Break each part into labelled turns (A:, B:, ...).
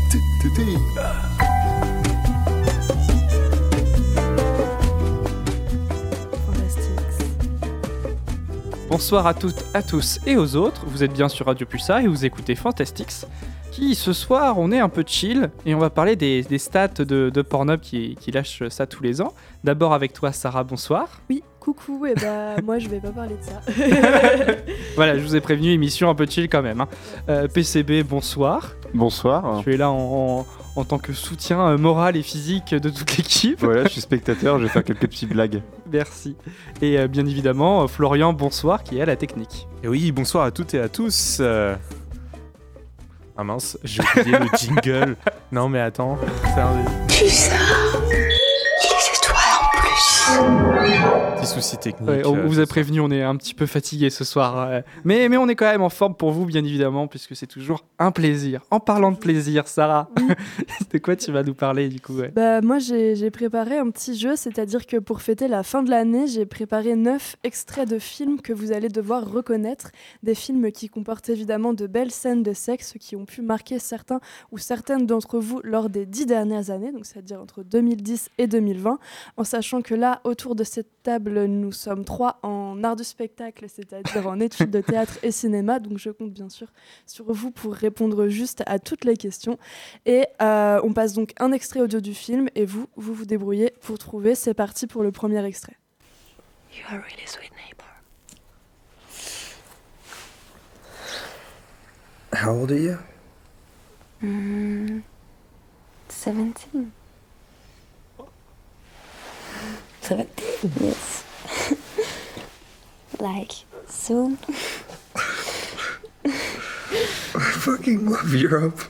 A: l'été.
B: Bonsoir à toutes, à tous et aux autres. Vous êtes bien sur Radio Pulsar et vous écoutez Fantastics. Qui ce soir, on est un peu chill et on va parler des, des stats de, de Pornhub qui, qui lâche ça tous les ans. D'abord avec toi, Sarah, bonsoir.
C: Oui, coucou, et bah moi je vais pas parler de ça.
B: Voilà, je vous ai prévenu, émission un peu chill quand même. hein. Euh, PCB, bonsoir.
D: Bonsoir.
B: Tu es là en, en- en tant que soutien euh, moral et physique de toute l'équipe.
D: Voilà, je suis spectateur, je vais faire quelques petites blagues.
B: Merci. Et euh, bien évidemment, euh, Florian, bonsoir, qui est à la technique.
E: Et oui, bonsoir à toutes et à tous. euh. Ah mince, j'ai oublié le jingle. Non mais attends, c'est un des petits soucis techniques.
B: Ouais, on
E: euh,
B: vous a prévenu, on est un petit peu fatigué ce soir. ouais. Mais, mais on est quand même en forme pour vous, bien évidemment, puisque c'est toujours un plaisir. En parlant de plaisir, Sarah, de quoi tu vas nous parler du coup ouais.
C: bah moi j'ai j'ai préparé un petit jeu, c'est-à-dire que pour fêter la fin de l'année, j'ai préparé neuf extraits de films que vous allez devoir reconnaître, des films qui comportent évidemment de belles scènes de sexe qui ont pu marquer certains ou certaines d'entre vous lors des dix dernières années, donc c'est-à-dire entre 2010 et 2020, en sachant que là, autour de cette table, nous sommes trois en art du spectacle, c'est-à-dire en études de théâtre et cinéma, donc je compte bien sûr sur vous pour répondre juste à toutes les questions. Et euh, on passe donc un extrait audio du film et vous, vous vous débrouillez pour trouver. C'est parti pour le premier extrait.
F: You are a really sweet neighbor.
G: How old are you?
F: Mm, 17. 17? Yes. like, soon.
G: I fucking love Europe.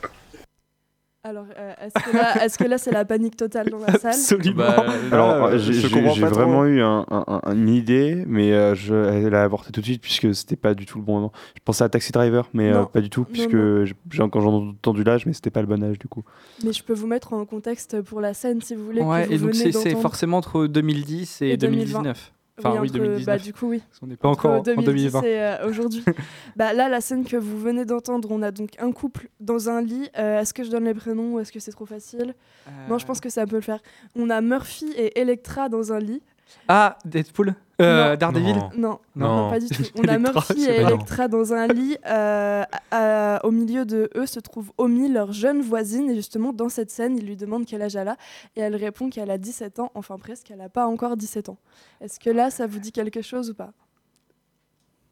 C: Alors, euh, est-ce que là, est-ce que là, c'est la panique totale dans la salle
D: Bah,
B: Absolument. Ah,
D: Alors,
E: euh,
D: j'ai
E: je
D: j'ai-
E: comprends
D: j'ai
E: pas trop.
D: vraiment eu un- un- un- une idée, mais euh, je, elle a avorté tout de suite puisque c'était pas du tout le bon moment. Je pensais à Taxi Driver, mais euh,
C: Non.
D: pas du tout,
C: Non,
D: puisque
C: non.
D: j'ai- j'ai- quand j'ai entendu l'âge, mais c'était pas le bon âge du coup.
C: Mais je peux vous mettre en contexte pour la scène si vous voulez.
B: Ouais,
C: que vous
B: et donc
C: venez
B: c'est c'est
C: d'entendre.
B: forcément entre 2010 et,
C: Et 2020.
B: 2019. Enfin, oui,
C: entre-
B: 2019.
C: Bah, du coup, oui.
B: Parce qu'on n'est pas encore en
C: entre 2010
B: 2020.
C: et, euh, aujourd'hui. bah, là, la scène que vous venez d'entendre, on a donc un couple dans un lit. Euh, est-ce que je donne les prénoms ou est-ce que c'est trop facile
B: Euh,
C: Non, je pense que ça peut le faire. On a Murphy et Electra dans un lit.
B: Ah, Deadpool Euh, Daredevil
E: Non.
C: Non,
E: Non.
C: non, pas du tout. On a
B: Electra,
C: Murphy
B: c'est
C: et
E: pas-
C: Electra dans un lit. euh, à- à- au milieu de eux se trouve Omi, leur jeune voisine. Et justement, dans cette scène, il lui demande quel âge elle a. Et elle répond qu'elle a 17 ans, enfin presque, elle n'a pas encore 17 ans. Est-ce que là, ça vous dit quelque chose ou pas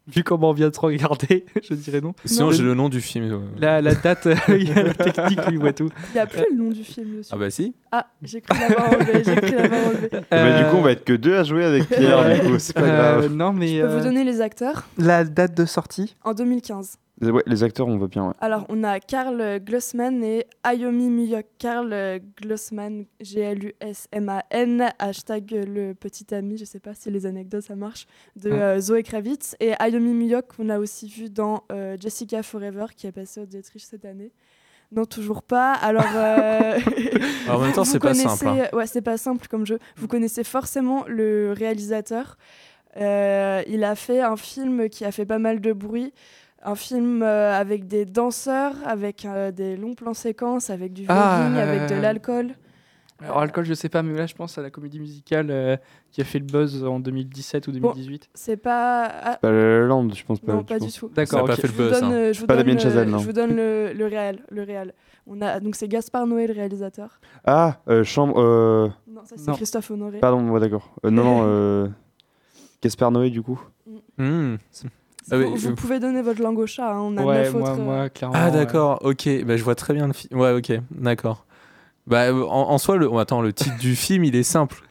B: Vu comment on vient de se regarder, je dirais non.
E: Sinon
B: Non. Ah,
E: j'ai le nom du film. euh.
B: La, la date, il y a la technique, lui voit tout.
C: Il n'y a plus le nom du film dessus.
E: Ah bah si.
C: Ah, j'ai cru l'avoir enlevé, j'ai cru l'avoir enlevé.
D: Mais
B: Euh,
D: Bah, du coup, on va être que deux à jouer avec Pierre, du coup, c'est pas
B: euh,
D: grave.
B: Non, mais
C: Je peux
B: euh,
C: vous donner les acteurs
B: la date de sortie.
C: en 2015.
D: Ouais, les acteurs, on va bien, ouais.
C: Alors, on a Karl euh, Glossman et Ayomi Miyok. Karl euh, Glossman, G-L-U-S-M-A-N, hashtag euh, le petit ami, je sais pas si les anecdotes ça marche, de
B: Ah.
C: euh, Zoé Kravitz. Et Ayomi Miyok, qu'on a aussi vu dans euh, Jessica Forever, qui est passée au Dietrich cette année. Non, toujours pas. Alors, euh,
E: Alors, en même temps,
C: vous
E: c'est pas
C: connaissez-
E: simple. hein.
C: Ouais, c'est pas simple comme jeu. Vous connaissez forcément le réalisateur. Euh, il a fait un film qui a fait pas mal de bruit. Un film euh, avec des danseurs, avec euh, des longs plans séquences, avec du voguing,
B: Ah, euh,
C: avec de l'alcool.
B: Alors, alcool, je sais pas, mais là, je pense à la comédie musicale euh, qui a fait le buzz en 2017 ou 2018.
C: C'est pas. ah,
D: Pas la La Land, je pense pas.
C: non,
D: je
C: pas
D: pense.
C: du tout.
E: Ça a
B: D'accord,
E: pas
B: ok.
E: fait le
C: Je vous
E: buzz.
C: donne,
E: hein.
C: euh, je vous
D: Pas
C: donne,
D: Damien Chazelle,
C: euh,
D: non.
C: je vous donne le, le réel, le réel. On a donc c'est Gaspard Noé le réalisateur.
D: Ah, euh, chambre. euh,
C: Non, ça c'est
B: Non.
C: Christophe Honoré.
D: Pardon, moi d'accord. Euh, non, non, euh, Gaspard Noé, du coup.
E: Hmm. Ah
C: vous,
E: oui,
C: vous
E: euh,
C: pouvez donner votre langue au chat. hein, On a
B: Ouais,
C: neuf
B: moi,
C: autres. euh.
B: moi, clairement.
E: Ah
B: ouais.
E: d'accord, ok, bah, je vois très bien le film. Ouais, ok, d'accord. Bah, euh, en, en soi, le... oh, attends, le titre du film, il est simple.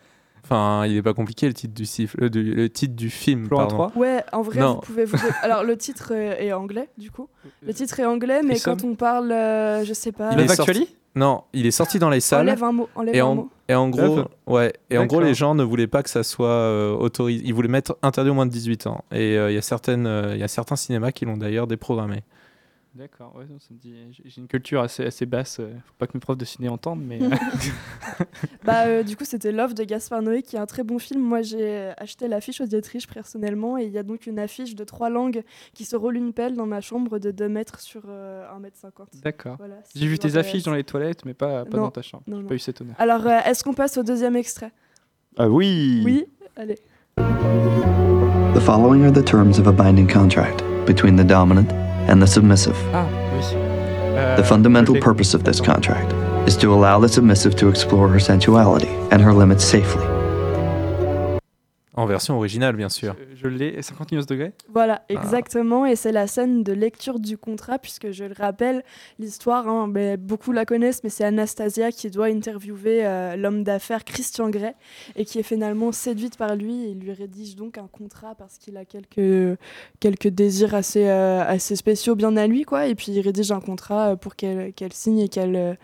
E: Enfin, il est pas compliqué, le titre du, cif- euh, du- le titre du film.
B: Plan
E: pardon.
B: 3
C: Ouais, en vrai,
E: Non.
C: vous pouvez vous. Alors, le titre euh, est anglais, du coup. Le titre est anglais, mais
B: Threesome.
C: quand on parle, euh, je sais pas.
E: Il est
B: Love
C: euh,
E: sorti.
B: Actually
E: Non, il est sorti dans les salles.
C: Enlève un mot. Enlève
E: Et
C: un
E: en-
C: mot.
E: Et en gros,
B: Neuf.
E: ouais. Et en gros,
B: D'accord.
E: les gens ne voulaient pas que ça soit euh, autorisé. Ils voulaient mettre interdit au moins de 18 ans. Et euh, il y a certaines, euh, il y a certains cinémas qui l'ont d'ailleurs déprogrammé.
B: D'accord, ouais, non, ça me dit. j'ai- J'ai une culture assez, assez basse, euh, faut pas que mes profs de ciné entendent, mais. euh,
C: Bah, euh, du coup, c'était Love de Gaspard Noé, qui est un très bon film. Moi, j'ai acheté l'affiche aux Dietriches personnellement, et il y a donc une affiche de trois langues qui se roule une pelle dans ma chambre de 2 mètres sur euh, 1 mètre 50.
B: D'accord.
C: Voilà, si
B: J'ai vu
C: vous
B: tes
C: intéresse.
B: affiches dans les toilettes, mais pas, pas
C: Non,
B: dans ta chambre.
C: non,
B: J'ai
C: non.
B: pas eu cet honneur.
C: Alors, euh, est-ce qu'on passe au deuxième extrait
D: Ah oui
C: Oui Allez.
G: The following are the terms of a binding contract between the dominant and the submissive.
B: Ah, oui. Euh,
G: The fundamental
B: je l'ai.
G: purpose of this contract is to allow the submissive to explore her sensuality and her limits safely.
E: En version originale, bien sûr.
B: Je, je l'ai, 50 nuances degrés
E: Ah.
C: Voilà, exactement. Et c'est la scène de lecture du contrat, puisque je le rappelle, l'histoire, hein, ben, beaucoup la connaissent, mais c'est Anastasia qui doit interviewer euh, l'homme d'affaires Christian Grey et qui est finalement séduite par lui. Et il lui rédige donc un contrat parce qu'il a quelques, quelques désirs assez, euh, assez spéciaux bien à lui, quoi. Et puis il rédige un contrat euh, pour qu'elle qu'elle signe et qu'elle euh,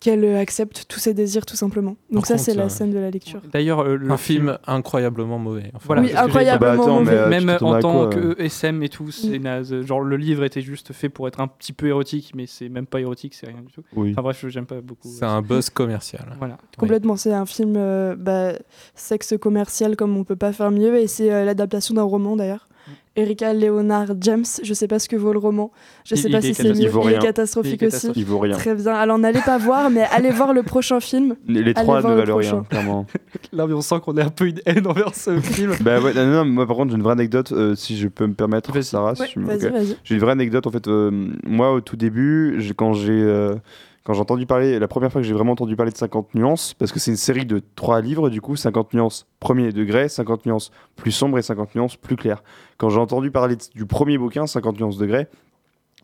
C: qu'elle euh, accepte tous ses désirs, tout simplement. Donc,
E: Par
C: ça,
E: contre,
C: c'est
E: euh,
C: la scène de la lecture.
B: D'ailleurs, euh, le
E: Un film incroyablement mauvais. enfin.
B: Voilà,
C: oui,
B: c'est ce que j'allais dire.
D: Ah bah
C: incroyablement
D: attends, mais
C: mauvais.
D: euh,
B: Même
D: tu t'attendais
B: en
D: à
B: tant
D: quoi, euh
B: que SM et tout,
C: Mm.
B: c'est naze. Genre, le livre était juste fait pour être un petit peu érotique, mais c'est même pas érotique, c'est rien du tout.
D: Oui.
B: Enfin bref, j'aime pas
D: ah.
B: beaucoup. euh,
E: C'est un buzz commercial.
B: Voilà.
C: Complètement, c'est un film euh, bah, sexe commercial comme on peut pas faire mieux et c'est euh, l'adaptation d'un roman d'ailleurs.
B: Mm.
C: Erika Leonard James, je sais pas ce que vaut le roman, je
B: Il-
C: sais
B: il
C: pas
B: est
C: si c'est
B: catastrophique.
C: mieux,
D: Il vaut
C: il est
D: rien.
C: catastrophique
B: Il est
C: aussi.
D: Il vaut rien.
C: Très bien, alors n'allez pas voir, mais allez voir le prochain film.
D: Les, les
B: Ah,
C: Allez
D: trois ne
C: voir le
D: valent rien,
C: prochain.
D: clairement.
B: Là, mais on sent qu'on est un peu une haine envers ce film.
D: bah ouais, non, non, non, moi par contre, j'ai une vraie anecdote, euh, si je peux me permettre,
B: Vas-y.
D: Sarah. si
C: Ouais,
D: tu me-
C: vas-y,
D: ok.
C: vas-y.
D: J'ai une vraie anecdote en fait. euh, moi, au tout début, j'ai- quand j'ai euh, quand j'ai entendu parler, la première fois que j'ai vraiment entendu parler de 50 nuances, parce que c'est une série de trois livres, du coup, 50 nuances premier degré, 50 nuances plus sombre et 50 nuances plus clair. Quand j'ai entendu parler de- du premier bouquin, 50 nuances degré,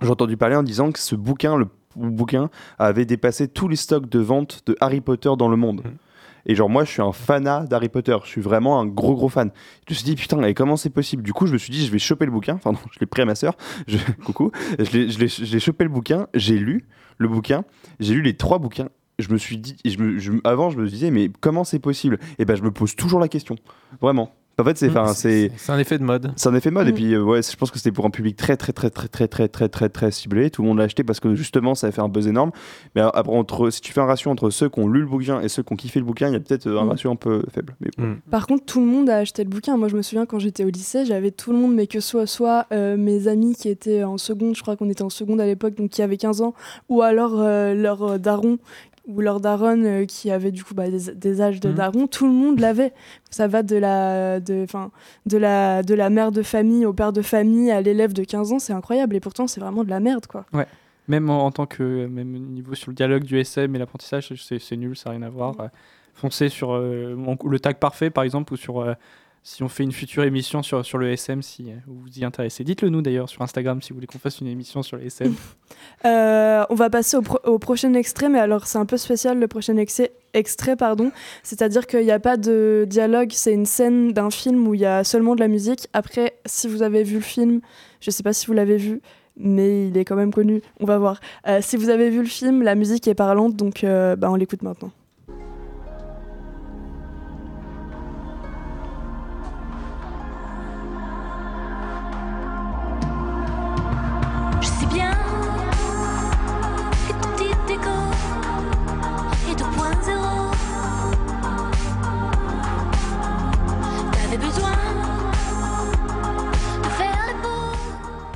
D: j'ai entendu parler en disant que ce bouquin, le p- bouquin, avait dépassé tous les stocks de vente de Harry Potter dans le monde.
E: Mhm.
D: Et genre moi je suis un fanat d'Harry Potter, je suis vraiment un gros gros fan. Je me suis dit putain mais comment c'est possible Du coup je me suis dit je vais choper le bouquin, enfin non je l'ai pris à ma sœur, je... coucou, je l'ai- je l'ai je l'ai chopé le bouquin, j'ai lu le bouquin, j'ai lu les trois bouquins. Je me suis dit, et je me- je me- avant je me disais mais comment c'est possible Et ben je me pose toujours la question, vraiment. En fait Mmh. c'est, enfin, c'est,
E: C'est un effet de mode.
D: c'est un effet de mode. Et
C: Mm.
D: puis, euh, ouais, c'est- je pense que c'était pour un public très, très, très, très, très, très, très, très, très ciblé. Tout le monde l'a acheté parce que justement, ça a fait un buzz énorme. Mais euh, après, entre, si tu fais un ratio entre ceux qui ont lu le bouquin et ceux qui ont kiffé le bouquin, il y a peut-être euh, un
C: Mm.
D: ratio un peu faible. Mais bon.
C: Par contre, tout le monde a acheté le bouquin. Moi, je me souviens quand j'étais au lycée, j'avais tout le monde, mais que ce soit, soit euh, mes amis qui étaient en seconde, je crois qu'on était en seconde à l'époque, donc qui avaient 15 ans, ou alors euh, leur euh, daron ou leur daronne euh, qui avait du coup bah, des, des âges de
E: Mhm.
C: daron, tout le monde l'avait. Ça va de la, de, 'fin, de, la, de la mère de famille au père de famille à l'élève de 15 ans, c'est incroyable. Et pourtant, c'est vraiment de la merde, quoi.
B: Même en, en tant que euh, même niveau sur le dialogue du SM et l'apprentissage, c'est c'est nul, ça n'a rien à
C: Mm.
B: voir. Euh, foncez sur euh, mon- le tag parfait, par exemple, ou sur euh, si on fait une future émission sur, sur le SM, si euh, vous vous y intéressez. Dites-le nous d'ailleurs sur Instagram si vous voulez qu'on fasse une émission sur le SM.
C: Euh, on va passer au, pro- au prochain extrait, mais alors c'est un peu spécial le prochain extrait, extrait pardon. C'est-à-dire qu'il n'y a pas de dialogue, c'est une scène d'un film où il y a seulement de la musique. Après, si vous avez vu le film, je sais pas si vous l'avez vu, mais il est quand même connu. On va voir. Euh, si vous avez vu le film, la musique est parlante, donc euh, bah, on l'écoute maintenant.
A: Je sais bien que ton petit déco est au point zéro. T'avais besoin de faire le beau.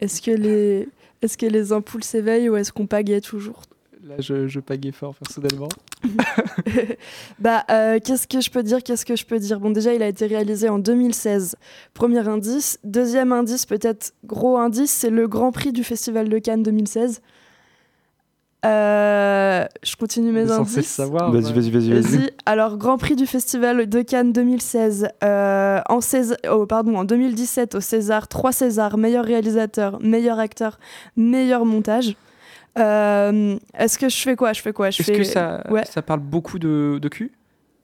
C: Est-ce que les, est-ce que les ampoules s'éveillent ou est-ce qu'on pagaie toujours
B: Là, je, je pagais fort personnellement.
C: Bah, euh, qu'est-ce que je peux dire Qu'est-ce que je peux dire Bon, déjà, il a été réalisé en 2016. Premier indice. Deuxième indice, peut-être gros indice, c'est le Grand Prix du Festival de Cannes 2016. Euh, je continue mes
B: censé
C: indices.
B: savoir.
D: vas-y, vas-y, vas-y, vas-y.
C: Ah, Vas-y. Alors, Grand Prix du Festival de Cannes 2016. euh, en, César- oh, pardon, en 2017, au César, trois Césars, meilleur réalisateur, meilleur acteur, meilleur montage. Euh, Est-ce que je fais quoi Je fais quoi Je
B: Est-ce
C: fais...
B: que ça,
C: ouais.
B: ça parle beaucoup de, de cul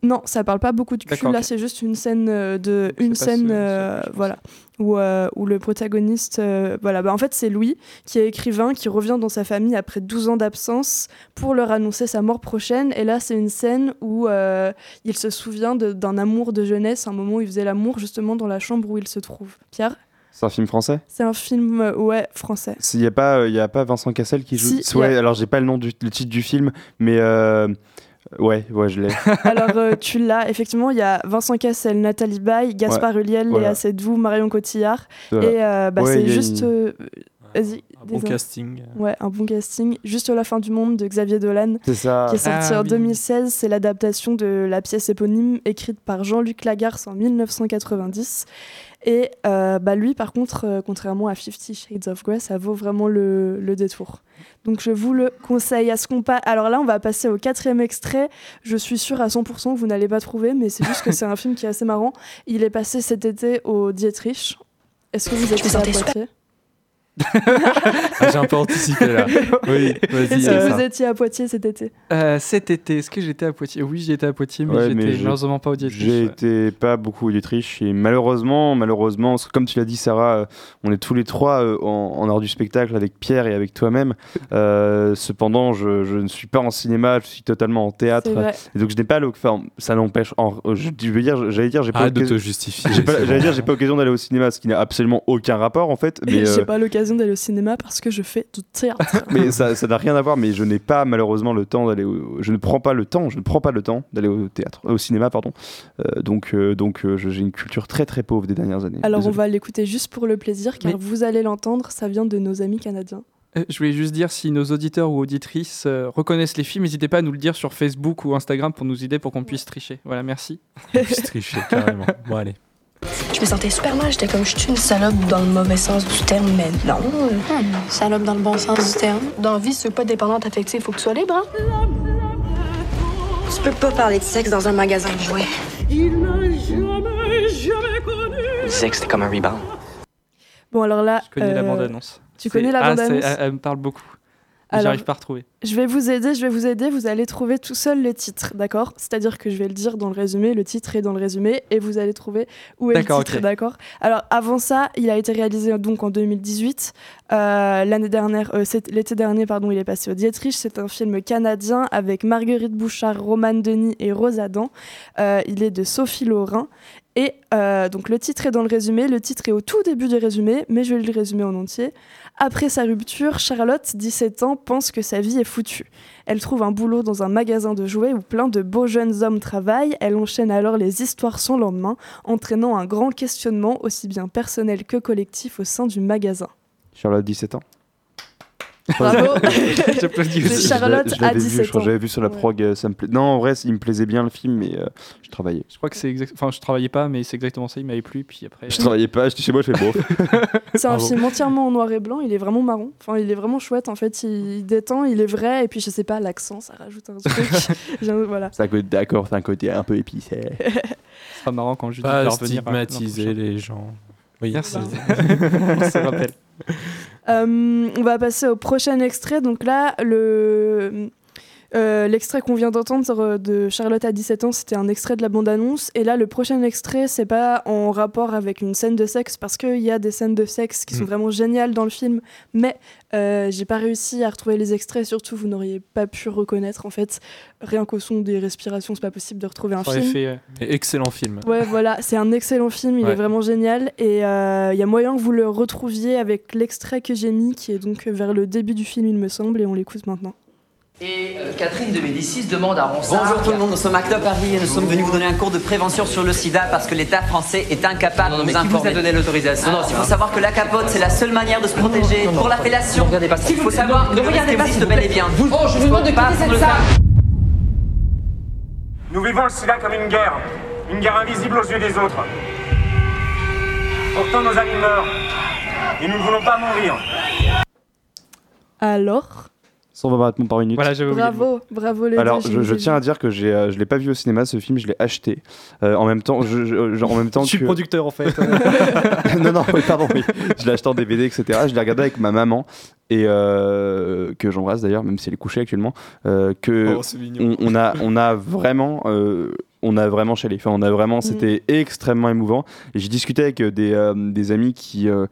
C: Non, ça parle pas beaucoup de cul.
B: D'accord,
C: Là,
B: ok.
C: c'est juste une scène euh, de
B: C'est
C: une
B: pas ce-
C: scène,
B: ce-
C: euh,
B: je pensais.
C: voilà, où, euh, où le protagoniste, euh, voilà, bah, en fait, c'est Louis qui est écrivain, qui revient dans sa famille après 12 ans d'absence pour leur annoncer sa mort prochaine. Et là, c'est une scène où euh, il se souvient de- d'un amour de jeunesse, un moment où il faisait l'amour justement dans la chambre où il se trouve. Pierre,
D: C'est un film français
C: C'est un film, euh, ouais, français.
D: Il n'y a, pas, euh, y a pas Vincent Cassel qui joue.
C: Si,
D: ouais,
C: y a-
D: alors j'ai pas le nom du le titre du film, mais euh, ouais, ouais, je l'ai.
C: Alors, euh, tu l'as, effectivement, il y a Vincent Cassel, Nathalie Baye, Gaspard Ulliel,
D: voilà.
C: Léa Seydoux, Marion Cotillard.
D: Voilà.
C: Et euh, bah,
D: Ouais,
C: c'est
D: il y a
C: juste.
D: une-
C: euh, Vas-y,
E: Un bon
C: désolé.
E: casting.
C: Ouais, un bon casting. Juste la fin du monde de Xavier Dolan,
D: C'est ça.
C: qui est sorti
B: Ah
C: en
B: oui.
C: 2016. C'est l'adaptation de la pièce éponyme écrite par Jean-Luc Lagarce en 1990. Et euh, bah, lui, par contre, euh, contrairement à Fifty Shades of Grey, ça vaut vraiment le, le détour. Donc je vous le conseille à ce qu'on pas. Alors là, on va passer au quatrième extrait. Je suis sûre à 100% que vous n'allez pas trouver, mais c'est juste que c'est un film qui est assez marrant. Il est passé cet été au Dietrich. Est-ce que vous êtes à
F: sentais super-
C: Poitiers
E: Ah, J'ai un peu anticipé là. Oui, vas-y.
C: Est-ce
E: euh,
C: que
E: ça.
C: vous étiez à Poitiers cet été
B: Euh, cet été, est-ce que j'étais à Poitiers Oui, j'étais à Poitiers, mais
D: Ouais, mais
B: j'étais
D: j'ai-
B: malheureusement pas au
D: J'ai
B: diététique.
D: été pas beaucoup d'Autriche et malheureusement, malheureusement, parce que comme tu l'as dit Sarah, euh, on est tous les trois euh, en, en hors du spectacle avec Pierre et avec toi-même. Euh, cependant, je, je ne suis pas en cinéma, je suis totalement en théâtre.
C: C'est vrai.
D: Et donc je n'ai pas le, enfin, ça n'empêche. en- euh, Je, je veux dire, j'allais dire, j'ai pas.
E: Arrête de
D: l'occasion-
E: te justifier.
D: j'ai pas-
E: c'est
D: J'allais
E: bon.
D: dire, j'ai pas occasion d'aller au cinéma, ce qui n'a absolument aucun rapport en fait. Mais,
C: Et J'ai
D: euh,
C: pas l'occasion d'aller au cinéma parce que je fais du théâtre.
D: mais ça ça n'a rien à voir. Mais je n'ai pas malheureusement le temps d'aller. au- Je ne prends pas le temps. Je ne prends pas le temps d'aller au théâtre, au cinéma, pardon. Euh, donc euh, donc euh, je- j'ai une culture très très pauvre des dernières années.
C: Alors on
D: Désolé.
C: va l'écouter juste pour le plaisir car
B: Mais-
C: vous allez l'entendre, ça vient de nos amis canadiens.
B: Euh, Je voulais juste dire si nos auditeurs ou auditrices euh, reconnaissent les films, n'hésitez pas à nous le dire sur Facebook ou Instagram pour nous aider pour qu'on puisse tricher. Voilà, merci.
E: Je trichais carrément. Bon, allez.
F: Je me sentais super mal, j'étais comme je suis une salope dans le mauvais sens du terme, mais non.
H: Hmm, Salope dans le bon sens du terme. Dans la vie, si tu veux pas être dépendante affective, faut que tu sois libre, hein?
F: Tu peux pas parler de sexe dans un magasin de jouets.
I: Le sexe, c'est comme un rebound.
C: Bon alors là,
B: Je connais la
C: euh,
B: bande-annonce.
C: tu
B: C'est-
C: connais la
B: Ah,
C: bande-annonce
B: c'est- elle, elle me parle beaucoup. Mais
C: Alors-
B: J'arrive pas à retrouver.
C: je vais vous aider, je vais vous aider, vous allez trouver tout seul le titre, d'accord C'est-à-dire que je vais le dire dans le résumé, le titre est dans le résumé et vous allez trouver où est le
B: D'accord,
C: titre,
B: ok.
C: d'accord Alors avant ça, il a été réalisé donc en 2018. Euh, L'année dernière, euh, c'est- l'été dernier, pardon, il est passé au Dietrich. C'est un film canadien avec Marguerite Bouchard, Romane Denis et Rose Adam. Euh, il est de Sophie Laurin. Et euh, donc le titre est dans le résumé, le titre est au tout début du résumé, mais je vais le résumer en entier. Après sa rupture, Charlotte, 17 ans, pense que sa vie est foutue. Elle trouve un boulot dans un magasin de jouets où plein de beaux jeunes hommes travaillent. Elle enchaîne alors les histoires sans lendemain, entraînant un grand questionnement aussi bien personnel que collectif au sein du magasin.
D: Charlotte 17 ans.
C: Bravo
B: J'applaudis
C: C'est
B: aussi.
C: ça. Charlotte
D: Je l'avais- je l'avais
C: à
D: vu, je
C: 17
D: crois que
C: ans.
D: J'avais vu sur la
C: Ouais.
D: prog, euh, ça me pla- Non, en vrai, il me plaisait bien le film, mais euh, je travaillais.
B: Je crois que c'est exact. Enfin, je travaillais pas, mais c'est exactement ça. Il m'avait plu, puis après.
D: Je travaillais pas, j'étais chez moi, je fais bof.
C: C'est un
E: Bravo.
C: film entièrement en noir et blanc, il est vraiment marron. Enfin, il est vraiment chouette en fait, il, il détend, il est vrai, et puis je sais pas, l'accent, ça rajoute un truc. J'aime- voilà.
D: C'est un côté- D'accord, c'est un côté un peu épicé.
B: Ce sera marrant quand je dis
E: Pas
D: hein,
B: revenir. hein. à-
E: stigmatiser les gens. Oui.
B: Merci. On se rappelle.
C: Euh, on va passer au prochain extrait. Donc là, le. euh, L'extrait qu'on vient d'entendre sur, euh, de Charlotte à 17 ans, c'était un extrait de la bande-annonce. Et là, le prochain extrait, c'est pas en rapport avec une scène de sexe, parce qu'il y a des scènes de sexe qui sont
E: Mm.
C: vraiment géniales dans le film. Mais euh, j'ai pas réussi à retrouver les extraits, surtout vous n'auriez pas pu reconnaître en fait. Rien qu'au son des respirations, c'est pas possible de retrouver un
B: Ça aurait
C: film.
B: fait, euh,
E: Et Excellent film.
C: Ouais, voilà, c'est un excellent film, il
E: Ouais.
C: est vraiment génial. Et euh, il y a moyen que vous le retrouviez avec l'extrait que j'ai mis, qui est donc vers le début du film, il me semble, et on l'écoute maintenant.
I: Et euh, Catherine de Médicis demande à Ronsard...
J: Bonjour tout le monde, nous sommes Acta Paris et nous sommes venus vous donner un cours de prévention sur le sida parce que l'État français est incapable
I: Non, non,
J: de
I: mais
J: nous
I: qui vous
J: informer.
I: a donné l'autorisation
J: Non, non, il faut savoir que la capote, c'est la seule manière de se protéger
I: non, non,
J: pour la
I: non,
J: fellation.
I: ne regardez pas ça.
J: Il faut
I: Ne-
J: savoir
I: ne
J: que le risque
I: regardez pas,
J: existe
I: s'il vous
J: bel et
I: plaît.
J: bien.
I: Vous- Oh, je vous demande de
J: Pas
I: quitter
J: pour
I: cette
J: le
I: salle.
K: Nous vivons le sida comme une guerre, une guerre invisible aux yeux des autres. Pourtant nos amis meurent, et nous ne voulons pas mourir.
C: Alors
D: 120 battements par minute.
B: Voilà, j'avais oublié. le mot.
C: Bravo, bravo les
D: Alors,
C: deux,
D: je,
C: j'ai-
D: je
C: j'ai-
D: tiens à dire que j'ai, euh, je l'ai pas vu au cinéma ce film, je l'ai acheté. Euh, en même temps, je, je- je- en même temps
B: Je suis
D: que-
B: producteur en fait.
D: non, non, oui, pardon, oui. Je l'ai acheté en DVD, etc. Je l'ai regardé avec ma maman, et euh, que j'embrasse d'ailleurs, même si elle est couchée actuellement. euh, que
E: Oh, c'est mignon.
D: on, on a, on a vraiment. euh, on a vraiment chalé.
C: Mm.
D: Enfin, on a vraiment. C'était extrêmement émouvant. Et J'ai discuté avec euh, des, euh, des amis qui, euh,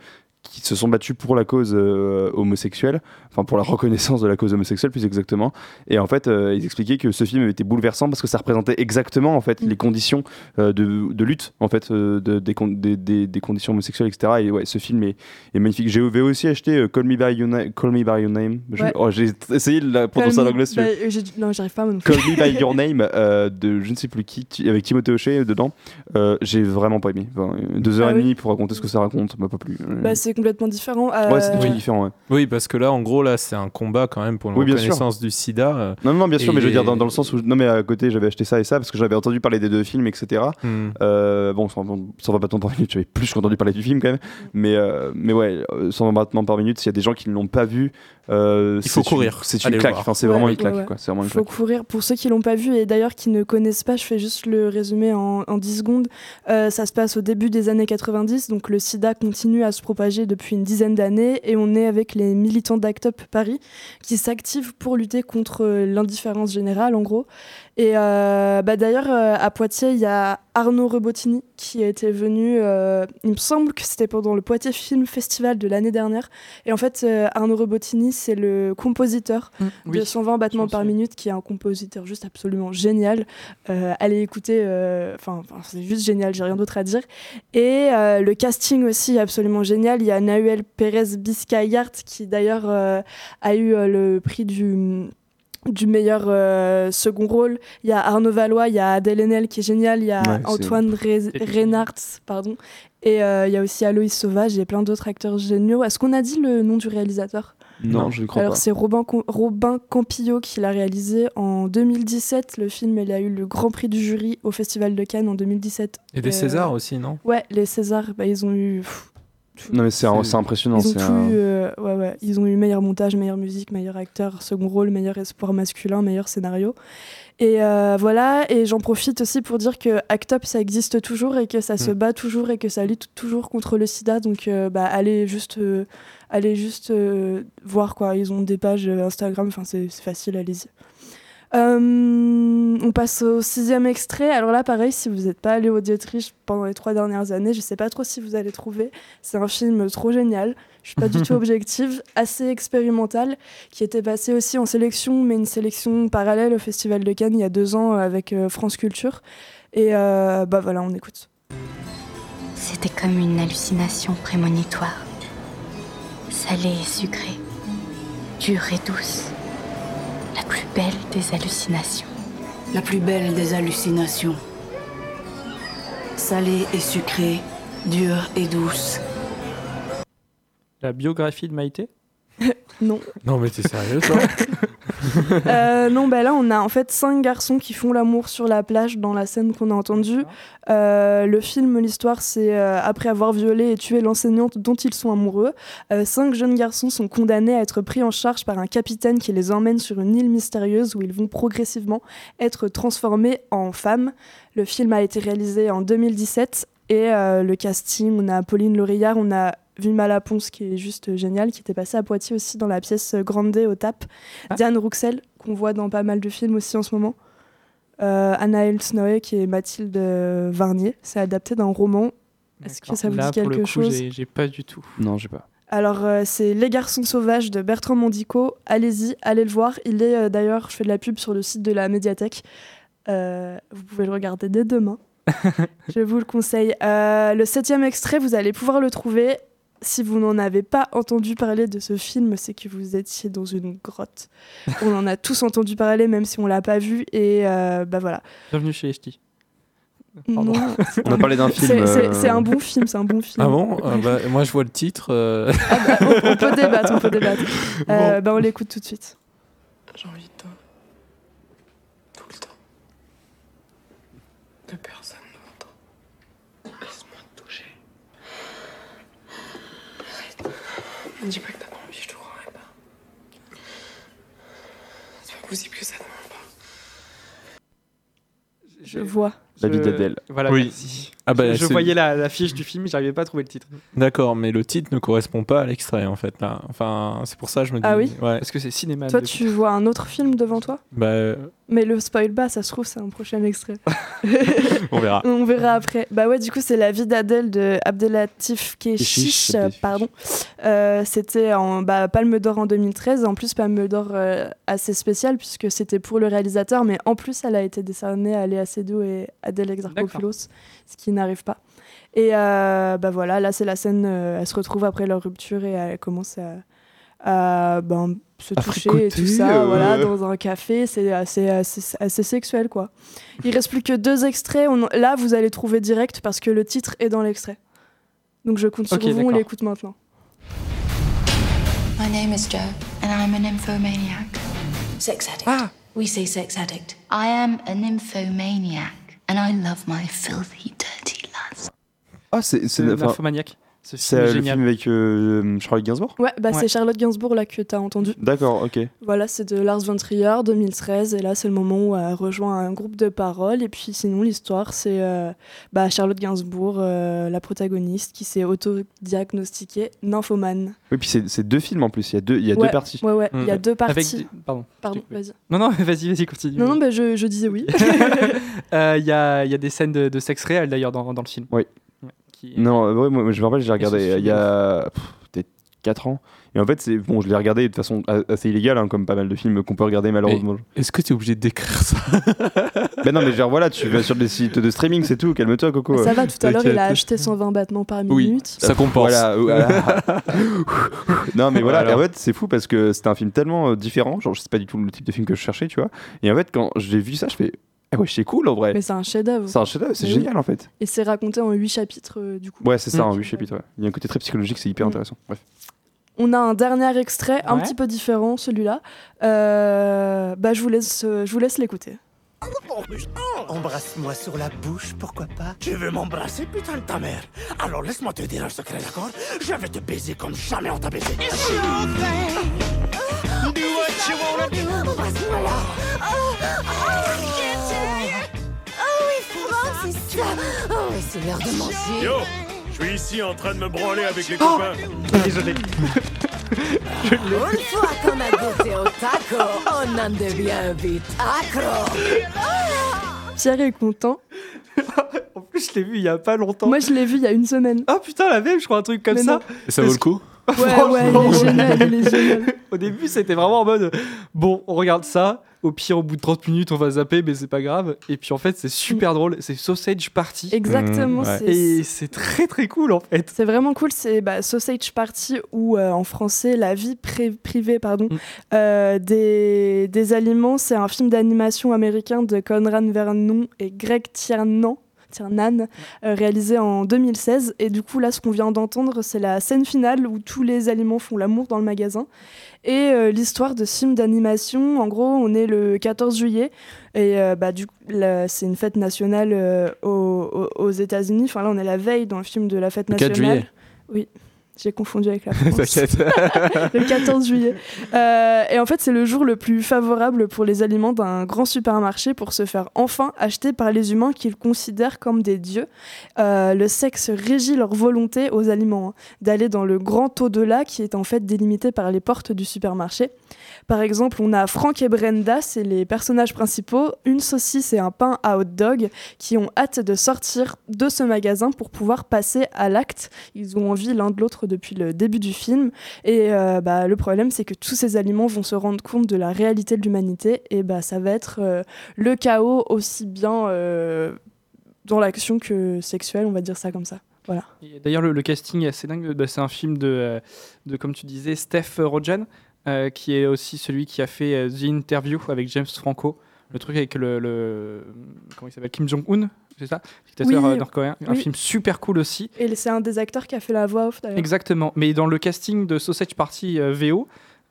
D: qui se sont battus pour la cause euh, homosexuelle, enfin pour la reconnaissance de la cause homosexuelle plus exactement. Et en fait, euh, ils expliquaient que ce film avait été bouleversant parce que ça représentait exactement en fait
C: Mm.
D: les conditions euh, de, de lutte en fait euh, de- des, con- des, des- des conditions homosexuelles, etc. Et ouais, ce film est, est magnifique. J'ai vais aussi acheté euh, Call, Me By Your Na- Call Me By Your Name. Je-
C: Ouais.
D: oh, J'ai essayé de la prononcer en
C: Call me-
D: anglais. si tu veux.
C: bah, euh, j'ai- non, j'arrive pas moi non plus.
D: Call Me By Your Name euh, de je ne sais plus qui, ti- avec Timothée Hochet dedans. Euh, j'ai vraiment pas aimé. Enfin, euh, deux heures
C: Ah
D: et
C: oui.
D: demie pour raconter ce que ça raconte, bah, pas plus. Euh,
C: Bah, c'est complètement différent.
D: Ouais, c'est
C: euh,
D: oui. différent.
E: Oui, parce que là, en gros, là, c'est un combat quand même pour la
D: Oui, bien sûr.
E: reconnaissance du sida. euh,
D: Non, non, bien sûr,
E: et
D: mais je veux
E: il
D: dire,
E: est-
D: dans, dans le sens où. Non, mais à côté, j'avais acheté ça et ça parce que j'avais entendu parler des deux films, etc.
E: Hmm.
D: Euh, bon, sans, sans 20 battements par minute, j'avais plus qu'entendu parler du film quand même. Mais, euh, mais ouais, euh, sans 20 battements par minute, s'il y a des gens qui ne l'ont pas vu, euh,
E: Il faut
D: c'est une-
E: courir.
D: C'est
E: Allez
D: une
E: le
D: claque.
E: voir.
D: Enfin, c'est vraiment
C: Ouais,
D: une claque,
C: ouais, ouais.
D: quoi. C'est vraiment une
C: Faut
D: claque.
C: courir. Pour ceux qui l'ont pas vu et d'ailleurs qui ne connaissent pas, je fais juste le résumé en, en 10 secondes. Euh, ça se passe au début des années 90, donc le sida continue à se propager depuis une dizaine d'années et on est avec les militants d'Act Up Paris qui s'activent pour lutter contre euh, l'indifférence générale en gros. Et euh, bah, d'ailleurs, euh, à Poitiers, il y a Arnaud Rebottini qui était venu, euh, il me semble que c'était pendant le Poitiers Film Festival de l'année dernière. Et en fait, euh, Arnaud Rebottini, c'est le compositeur de
B: Mm. oui,
C: 120 battements par minute, qui est un compositeur juste absolument génial. Euh, allez écouter, euh, enfin, enfin, c'est juste génial, j'ai rien d'autre à dire. Et euh, le casting aussi est absolument génial. Il y a Nahuel Pérez Biscayart, qui d'ailleurs euh, a eu euh, le prix du du meilleur euh, second rôle. Il y a Arnaud Valois, il y a Adèle Haenel qui est génial, il y a
L: Ouais, c'est-
C: Antoine Rez- Reinhardt, pardon, et euh, il y a aussi Aloïs Sauvage et plein d'autres acteurs géniaux. Est-ce qu'on a dit le nom du réalisateur
D: Non, je ne crois
C: alors
D: pas.
C: c'est Robin, Com- Robin Campillo qui l'a réalisé en 2017. Le film, il a eu le Grand Prix du jury au Festival de Cannes en 2017.
E: Et des
C: Euh,
E: Césars aussi, non
C: Ouais, les Césars, bah, ils ont eu... pff,
D: Non, mais c'est un- c'est impressionnant.
C: ils, ont
D: c'est
C: tout
D: un-
C: eu, euh, ouais, ouais. ils ont eu meilleur montage, meilleure musique, meilleur acteur, second rôle, meilleur espoir masculin, meilleur scénario. Et euh, voilà, et j'en profite aussi pour dire que Act Up, ça existe toujours et que ça se
L: Mm.
C: bat toujours et que ça lutte toujours contre le sida. Donc euh, bah, allez juste, euh, allez juste euh, voir quoi. Ils ont des pages euh, Instagram, enfin, c'est c'est facile, allez-y. Euh, on passe au sixième extrait. Alors là, pareil, si vous n'êtes pas allé au Dietrich pendant les trois dernières années, je ne sais pas trop si vous allez trouver. C'est un film trop génial. Je suis pas du tout objective, assez expérimental, qui était passé aussi en sélection, mais une sélection parallèle au Festival de Cannes il y a deux ans euh, avec euh, France Culture. Et euh, bah voilà, on écoute.
M: C'était comme une hallucination prémonitoire. Salée et sucrée, dure et douce. La plus belle des hallucinations.
N: La plus belle des hallucinations. Salée et sucrée, dure et douce.
B: La biographie de Maïté
C: Non.
E: Non, mais t'es sérieux, toi
C: Euh, non, bah là, on a en fait cinq garçons qui font l'amour sur la plage dans la scène qu'on a entendue. Euh, le film, l'histoire, c'est euh, après avoir violé et tué l'enseignante dont ils sont amoureux, euh, cinq jeunes garçons sont condamnés à être pris en charge par un capitaine qui les emmène sur une île mystérieuse où ils vont progressivement être transformés en femmes. Le film a été réalisé en 2017 et euh, le casting, on a Pauline Laurillard, on a Vilma Laponce qui est juste euh, géniale, qui était passée à Poitiers aussi dans la pièce euh, Grande D au TAP. Diane Rouxel, qu'on voit dans pas mal de films aussi en ce moment. Euh, Anaël Snoé qui est Mathilde euh, Varnier. C'est adapté d'un roman. Est-ce que ça vous
B: Là,
C: dit
B: pour
C: quelque
B: le coup,
C: chose
B: j'ai j'ai pas du tout.
D: Non, j'ai pas.
C: alors, euh, c'est Les Garçons Sauvages de Bertrand Mondico. Allez-y, allez le voir. Il est euh, d'ailleurs, je fais de la pub sur le site de la médiathèque. Euh, vous pouvez le regarder dès demain. je vous le conseille. Euh, le septième extrait, vous allez pouvoir le trouver. Si vous n'en avez pas entendu parler de ce film, c'est que vous étiez dans une grotte. on en a tous entendu parler, même si on l'a pas vu. Et euh, bah voilà.
B: Bienvenue chez Esti.
C: Non.
D: On a parlé d'un film,
C: C'est- c'est-
D: euh,
C: C'est un bon film, c'est un bon film.
E: Ah bon Ah bah, Moi, je vois le titre. euh.
C: On peut débattre, on peut débattre. Euh, bah, on l'écoute tout de suite.
O: J'ai envie de toi. Tout le temps. De personne d'autre. Laisse-moi te toucher. Arrête. Ne dis pas que t'as pas envie, je te croirais pas. C'est pas possible que ça te manque pas.
C: Je vois.
D: David
B: Je-
D: Adèle.
B: Voilà,
E: Oui.
B: merci.
E: Ah bah,
B: je, je
E: c'est-
B: voyais la, la fiche du film, j'arrivais pas à trouver le titre.
E: D'accord, mais le titre ne correspond pas à l'extrait en fait. Là. Enfin, c'est pour ça que je me dis.
C: Ah oui
E: ouais.
B: Parce que c'est cinéma.
C: Toi, tu vois un autre film devant toi
E: Bah, euh,
C: Mais le spoil bas, ça se trouve, c'est un prochain extrait.
E: on verra.
C: On verra après. Bah ouais, du coup, c'est la vie d'Adèle de Abdelatif Keshish.
E: Keshish,
C: euh, Pardon. Euh, c'était en bah, Palme d'Or en 2013. En plus, Palme d'Or euh, assez spéciale, puisque c'était pour le réalisateur, mais en plus, elle a été décernée à Léa Seydoux et Adèle Exarchopoulos, ce qui n'arrive pas. Et euh, bah voilà, là, c'est la scène. euh, elle se retrouve après leur rupture et elle commence à, à, ben, se
L: À
C: toucher et tout
L: fricoter,
C: ça,
L: euh,
C: voilà,
L: ouais.
C: dans dans un café, c'est assez, assez, assez sexuel quoi. Il reste plus que deux extraits. On en- là, vous allez trouver direct parce que le titre est dans l'extrait. Donc je compte sur
P: Ok,
C: vous, on
P: d'accord.
C: l'écoute maintenant.
P: My name is Joe, and I'm an infomaniac. Sex addict. Ah. We say sex addict. I am an infomaniac, and I love my filthy, dirty lust.
D: Ah, c'est. C'est
B: Le
D: enfin,
B: Nymphomaniac. Ce
D: c'est,
B: film est
D: euh, le
B: génial.
D: film avec euh, Charlotte Gainsbourg
C: Ouais, bah
B: Ouais.
C: c'est Charlotte Gainsbourg là que t'as entendu.
D: D'accord, ok.
C: Voilà, c'est de Lars von Trier, 2013, et là c'est le moment où elle rejoint un groupe de paroles. Et puis sinon, l'histoire, c'est euh, bah, Charlotte Gainsbourg, euh, la protagoniste, qui s'est auto-diagnostiquée nymphomane.
D: Oui, puis c'est, c'est deux films en plus, il y a deux, il y a
C: Ouais,
D: deux parties.
C: Ouais, ouais, il y a deux
B: Avec
C: parties.
B: des- Pardon.
C: Pardon, vas-y.
B: Non, non, vas-y, vas-y, continue.
C: Non, non, bah, je, je disais oui.
B: Euh, Il y, a, il y a des scènes de, de sexe réel d'ailleurs dans, dans le film.
D: Oui. Non, euh, ouais, moi, je me rappelle, je l'ai regardé euh, il y a pff, peut-être 4 ans. Et en fait, c'est bon, je l'ai regardé de façon a- assez illégale, hein, comme pas mal de films qu'on peut regarder malheureusement.
E: Est-ce que tu es obligé de décrire ça
D: Mais non, mais genre voilà, tu vas sur des sites de streaming, c'est tout, calme-toi, Coco.
C: Ça va, tout à l'heure, il a
D: T'inquiète.
C: acheté 120 battements par
D: Oui,
C: minute.
D: ça compense. Voilà, voilà. non, mais voilà, et en fait, c'est fou parce que c'était un film tellement euh, différent. Genre, c'est pas du tout le type de film que je cherchais, tu vois. Et en fait, quand j'ai vu ça, je fais, ah ouais, c'est cool en vrai.
C: Mais c'est un chef-d'œuvre.
D: C'est un chef-d'œuvre, c'est
C: Mais oui.
D: génial en fait.
C: Et c'est raconté en 8 chapitres, euh, du coup.
D: Ouais, c'est ça,
C: Mm.
D: un huit chapitres. ouais. Il y a un côté très psychologique, c'est hyper intéressant. Bref.
C: On a un dernier extrait, un
D: Ouais.
C: petit peu différent, celui-là. Euh, bah, je vous laisse, euh, je vous laisse l'écouter.
Q: Embrasse-moi sur la bouche, pourquoi pas Tu veux m'embrasser, putain de ta mère Alors laisse-moi te dire un secret, d'accord Je vais te baiser comme jamais on t'a baisé.
A: Oh, Oh, c'est l'heure de manger.
K: Yo Je suis ici en train de me branler avec les
A: Oh.
K: copains. Désolé.
A: Une fois qu'on a goûté au taco, on en devient vite accro.
C: Pierre est content.
B: En plus, je l'ai vu il y a pas longtemps.
C: Moi, je l'ai vu il y a une semaine.
B: Ah putain, la même, je crois, un truc comme
C: Mais
B: ça.
C: non.
E: Et ça vaut le coup
C: Ouais, ouais, il est génial, il est génial.
B: Au début, c'était vraiment en mode bon, on regarde ça. Au pire, au bout de 30 minutes, on va zapper, mais c'est pas grave. Et puis en fait, c'est super drôle. C'est Sausage Party.
C: Exactement, Mm, ouais. c'est-
B: Et c'est très très cool en fait.
C: C'est vraiment cool, c'est bah, Sausage Party ou euh, en français La vie pré- privée pardon, euh, des, des aliments. C'est un film d'animation américain de Conrad Vernon et Greg Tiernan. Tiernan, euh, réalisé en 2016. Et du coup, là, ce qu'on vient d'entendre, c'est la scène finale où tous les aliments font l'amour dans le magasin. Et euh, l'histoire de ce film d'animation, en gros, on est le 14 juillet. Et euh, bah, du coup, là, c'est une fête nationale euh, aux, aux- aux États-Unis. Enfin, là, on est la veille dans le film de la fête
E: Le 4
C: nationale.
E: juillet.
C: Oui, j'ai confondu avec la France.
E: T'inquiète.
C: le 14 juillet. Euh, et en fait, c'est le jour le plus favorable pour les aliments d'un grand supermarché pour se faire enfin acheter par les humains qu'ils considèrent comme des dieux. Euh, le sexe régit leur volonté aux aliments hein, d'aller dans le grand au-delà qui est en fait délimité par les portes du supermarché. Par exemple, on a Franck et Brenda, c'est les personnages principaux, une saucisse et un pain à hot dog qui ont hâte de sortir de ce magasin pour pouvoir passer à l'acte. Ils ont envie l'un de l'autre depuis le début du film. Et euh, bah, le problème, c'est que tous ces aliments vont se rendre compte de la réalité de l'humanité. Et bah, ça va être euh, le chaos aussi bien euh, dans l'action que sexuelle, on va dire ça comme ça. Voilà.
B: Et D'ailleurs, le, le casting est assez dingue. Bah, c'est un film de, euh, de, comme tu disais, Steph Rogen, euh, qui est aussi celui qui a fait euh, The Interview avec James Franco. Le truc avec le. le- comment il s'appelle Kim Jong-un, c'est ça Dictateur
C: Oui.
B: euh, nord-coréen. Un
C: Oui.
B: film super cool aussi.
C: Et c'est un des acteurs qui a fait la voix off d'ailleurs.
B: Exactement. Mais dans le casting de Sausage Party euh, VO,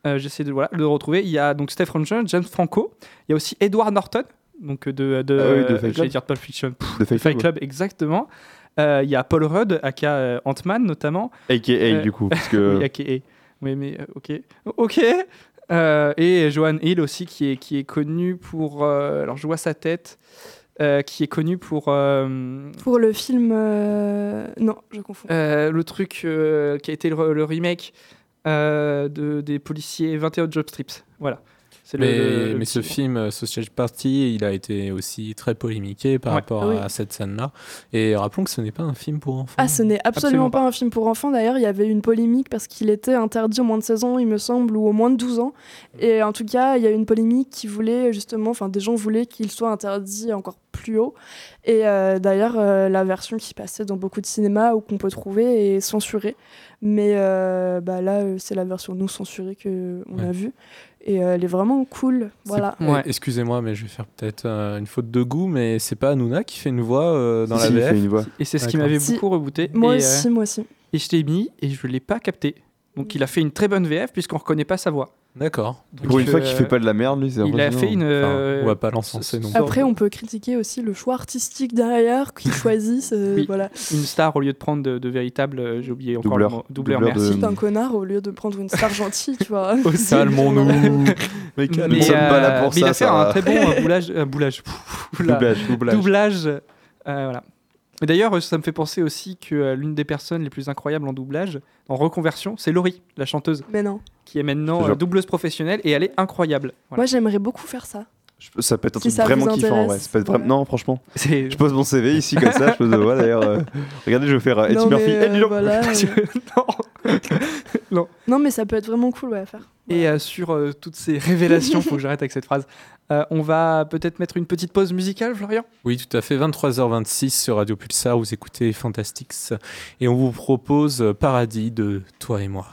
B: euh, j'essaie de voilà, le retrouver. Il y a donc Steph Rogen, James Franco. Il y a aussi Edward Norton, donc euh, de, de,
D: Ah oui, de
B: euh,
D: Fight Club.
B: j'allais dire Pulp Fiction. Pff,
D: De Fight
B: de Fight
D: Club,
B: Club, exactement. Euh, Il y a Paul Rudd, aka euh, Ant-Man notamment.
D: AKA, du coup, parce que-
B: oui, aka. Oui, mais euh, ok. Ok Euh, Et Joanne Hill aussi, qui est, qui est connu pour. euh, alors, je vois sa tête. euh, qui est connu pour euh,
C: Pour le film. euh, Non, je confonds.
B: euh, le truc euh, qui a été le, le remake euh, de, des policiers 21 job strips. Voilà. C'est le-
E: mais,
B: le- le
E: mais ce
B: petit-
E: film, euh, Sausage Party, il a été aussi très polémiqué par
B: Ouais.
E: rapport
C: Ah oui.
E: à cette scène-là. Et rappelons que ce n'est pas un film pour enfants.
C: Ah, ce n'est absolument,
E: Absolument
C: pas un film pour enfants. D'ailleurs, il y avait une polémique parce qu'il était interdit au moins de 16 ans, il me semble, ou au moins de 12 ans. Et en tout cas, il y a eu une polémique qui voulait justement, enfin, des gens voulaient qu'il soit interdit encore plus haut. Et euh, d'ailleurs, euh, la version qui passait dans beaucoup de cinémas ou qu'on peut trouver est censurée. Mais euh, bah, là, euh, c'est la version non censurée que on a
E: Ouais.
C: vue. Et euh, elle est vraiment cool. Voilà.
E: C'est- Eh, Excusez-moi, mais je vais faire peut-être euh, une faute de goût, mais c'est pas Hanouna qui fait une voix euh, dans
D: Si, si, il
E: la VF.
D: fait une voix.
B: Et c'est ce qui
E: D'accord.
B: m'avait
C: Si.
B: beaucoup rebooté.
C: Moi
B: et,
C: aussi,
B: euh,
C: moi aussi.
B: Et je l'ai mis et je ne l'ai pas capté. Donc il a fait une très bonne VF puisqu'on ne reconnaît pas sa voix.
E: D'accord.
B: Donc,
D: Pour une fois
B: euh,
D: qu'il fait pas de la merde, lui, c'est
B: Il a
D: impressionnant.
B: fait une. euh,
E: on va pas l'encenser non
B: sorte-
C: Après, on peut critiquer aussi le choix artistique derrière qu'ils choisissent. euh,
B: Oui,
C: Voilà.
B: une star au lieu de prendre de, de véritables, euh, j'ai oublié encore
D: Doubleur.
B: le mot, doubleur,
D: Doubleur
B: merci.
D: de-
C: C'est un connard au lieu de prendre une star gentille, tu vois.
E: Calmons-nous.
D: Mais
B: Mais,
D: calme, nous sommes pas là
B: euh,
D: pour
B: mais il
D: ça,
B: a fait
D: Sarah.
B: un très bon euh, boulage, euh, boulage, oula.
D: Doublage, doublage.
B: Doublage, euh, voilà. Et d'ailleurs, euh, ça me fait penser aussi que euh, l'une des personnes les plus incroyables en doublage, en reconversion, c'est Laurie, la chanteuse,
C: Mais non.
B: qui est maintenant
D: Genre.
B: euh, doubleuse professionnelle et elle est incroyable. Voilà.
C: Moi, j'aimerais beaucoup faire ça.
D: Je- Ça peut être un
C: Si
D: truc
C: ça vous
D: vraiment kiffant,
C: intéresse,
D: ouais. Ça peut être vraiment- Non, franchement.
B: C'est-
D: Je pose mon CV ici comme ça, je pose ouais, d'ailleurs. euh, Regardez, je vais faire euh, Eddie
C: Non,
D: Murphy.
C: mais,
D: Eh, dis
C: euh,
D: donc.
C: voilà, euh,
B: Non.
C: non, mais ça peut être vraiment cool ouais, à faire.
B: Et euh, sur euh, toutes ces révélations, faut que j'arrête avec cette phrase. Euh, on va peut-être mettre une petite pause musicale, Florian
E: Oui, tout à fait. 23h26 sur Radio Pulsar, vous écoutez Fantastics et on vous propose euh, Paradis de Toi et moi.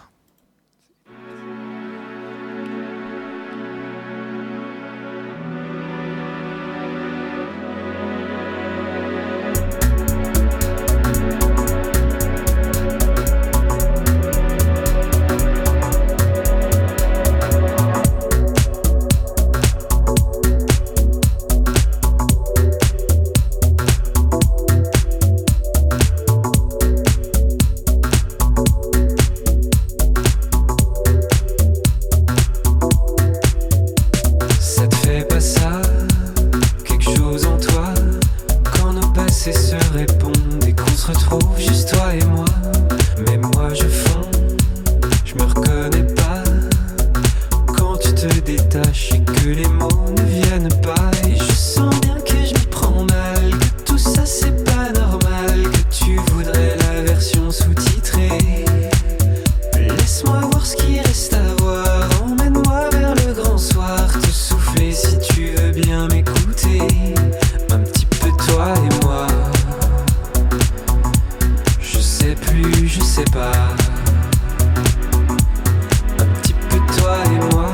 L: Ça te fait pas ça Quelque chose en toi Quand nos passés se répondent et qu'on se retrouve juste toi et moi Mais moi je fonds, je me reconnais pas Quand tu te détaches et que les mots ne viennent pas Et je sens bien que je me prends mal Que tout ça c'est pas normal Que tu voudrais la version sous-titrée Laisse-moi voir ce qui reste à voir. Emmène-moi vers le grand soir. Te souffler si tu veux bien m'écouter. Un petit peu toi et moi. Je sais plus, je sais pas. Un petit peu toi et moi.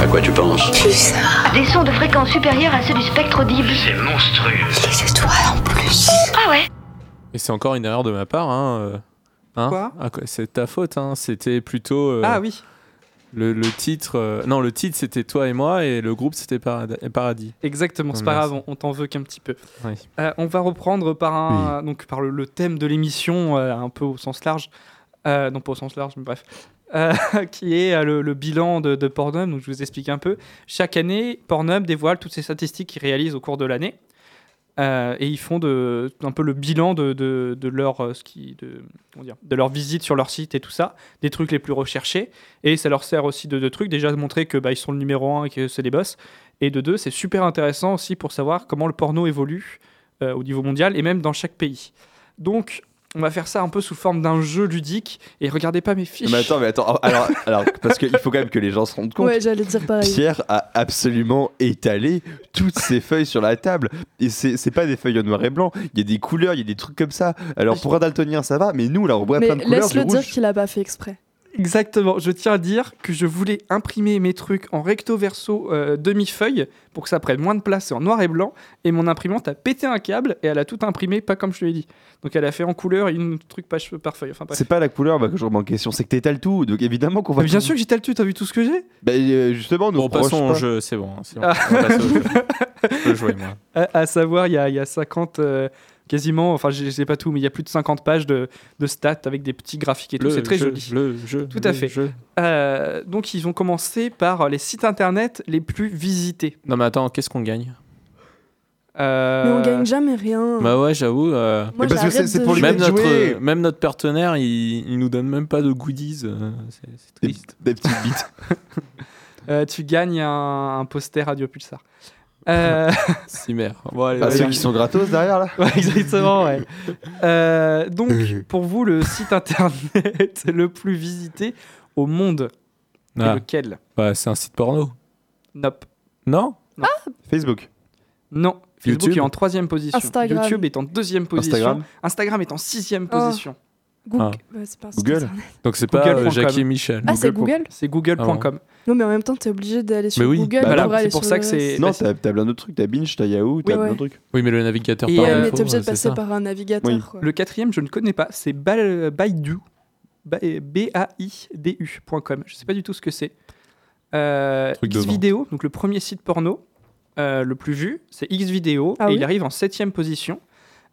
R: À quoi tu penses
S: Des sons de fréquence supérieure à ceux du spectre audible.
R: C'est monstrueux.
S: C'est toi en plus. Ah ouais
E: Et c'est encore une erreur de ma part. Hein, euh, hein
B: Quoi
E: Ah, C'est ta faute. Hein, c'était plutôt. euh,
B: Ah oui.
E: Le, le titre. euh, non, le titre c'était Toi et moi et le groupe c'était Parada- Paradis.
B: Exactement, c'est
E: Oh,
B: pas
E: mince.
B: grave, on- on t'en veut qu'un petit peu.
E: Oui.
B: Euh, on va reprendre par, un, donc, par le, le thème de l'émission, euh, un peu au sens large, Euh, non pas au sens large, mais bref, Euh, qui est euh, le, le bilan de, de Pornhub. Donc, je vous explique un peu. Chaque année, Pornhub dévoile toutes ses statistiques qu'ils réalisent au cours de l'année. Euh, et ils font de, un peu le bilan de, de, de leur, euh, ce qui, de, comment dire, de leur visite sur leur site et tout ça, des trucs les plus recherchés. Et ça leur sert aussi de deux trucs. Déjà, de montrer que bah, ils sont le numéro un et que c'est des boss. Et de deux, c'est super intéressant aussi pour savoir comment le porno évolue euh, au niveau mondial et même dans chaque pays. Donc, on va faire ça un peu sous forme d'un jeu ludique. Et regardez pas mes fiches.
D: Mais attends, mais attends. Alors, alors, parce qu'il faut quand même que les gens se rendent compte.
C: Ouais, j'allais dire pareil.
D: Pierre a absolument étalé toutes ses feuilles sur la table. Et c'est c'est pas des feuilles en noir et blanc. Il y a des couleurs, il y a des trucs comme ça. Alors pour un daltonien, ça va, mais nous, là, on voit
C: Mais
D: plein de couleurs.
C: laisse-le
D: du
C: dire
D: rouge.
C: qu'il a pas fait exprès.
B: Exactement, je tiens à dire que je voulais imprimer mes trucs en recto verso euh, demi-feuille pour que ça prenne moins de place et en noir et blanc et mon imprimante a pété un câble et elle a tout imprimé pas comme je te l'ai dit. Donc elle a fait en couleur et une truc page par feuille. Enfin bref.
D: C'est pas la couleur bah, que je remets en question, c'est que t'étales tout. Donc évidemment qu'on va.
B: Mais bien sûr que j'étale tout, t'as vu tout ce que j'ai
D: Bah, euh, justement, nous
E: Bon, passons au
D: reproche pas.
E: jeu, c'est bon. hein, c'est bon.
B: Ah.
E: On va passer au jeu. Je peux jouer, moi.
B: à, à savoir, il y a, il y a 50, euh, quasiment, enfin je je sais pas tout, mais il y a plus de 50 pages de, de stats avec des petits graphiques et tout,
E: Le
B: c'est très
E: jeu,
B: joli.
E: Le jeu.
B: Tout à
E: le
B: fait.
E: jeu.
B: Euh, donc ils ont commencé par les sites internet les plus visités. Euh,
E: Non, mais attends, qu'est-ce qu'on gagne Euh,
C: Mais on gagne jamais rien.
E: Bah ouais, j'avoue. euh,
C: Moi, Mais parce que j'arrête c'est- c'est de pour les
E: même
C: jouer.
E: notre, même notre partenaire, il, il nous donne même pas de goodies. euh, c'est c'est triste.
D: Des, petites bites.
B: Euh, tu gagnes un, un poster Radio Pulsar. Euh,
E: Cimer. Bon, allez,
D: Pas
E: vas-y.
D: Ah, ceux qui sont gratos derrière là
B: Ouais, exactement, ouais. Euh, donc, pour vous, le site internet le plus visité au monde, est
E: Ah.
B: lequel
E: Bah, c'est un site porno.
B: Nope.
E: Non
D: Facebook.
B: Non. Facebook
E: YouTube
B: est en troisième position.
C: Instagram.
B: YouTube est en deuxième position.
E: Instagram.
B: Instagram est en sixième
C: Oh.
B: position.
C: Google.
E: Ah.
C: ouais, c'est pas un site
E: Google.
C: internet.
E: Donc c'est pas
B: Google.com.
E: euh, Jackie et Michel.
C: Ah, c'est Google
B: C'est google.com.
E: Ah bon.
C: Non, mais en même temps, t'es obligé d'aller sur
E: Mais oui.
C: Google
E: Bah là,
C: pour aller
E: c'est pour
C: sur
E: ça
C: le
E: que bah, c'est-
C: reste.
D: Non, t'as t'as plein d'autres trucs. T'as Binge, t'as Yahoo, t'as
C: Ouais,
D: plein
C: ouais.
D: d'autres trucs.
E: Oui, mais le navigateur
B: Et,
E: par
B: euh,
E: défaut,
C: Mais t'es obligé de
E: c'est
C: passer
E: ça.
C: par un navigateur.
D: Oui.
C: Quoi.
B: Le quatrième, je ne connais pas, c'est Bal- Baidu. Ba- euh, B-A-I-D-U.com. Je ne sais pas du tout ce que c'est. Euh,
E: Truc de vente.
B: Xvideo, donc le premier site porno euh, le plus vu, c'est Xvideo.
C: Ah
B: et
C: oui
B: il arrive en septième position.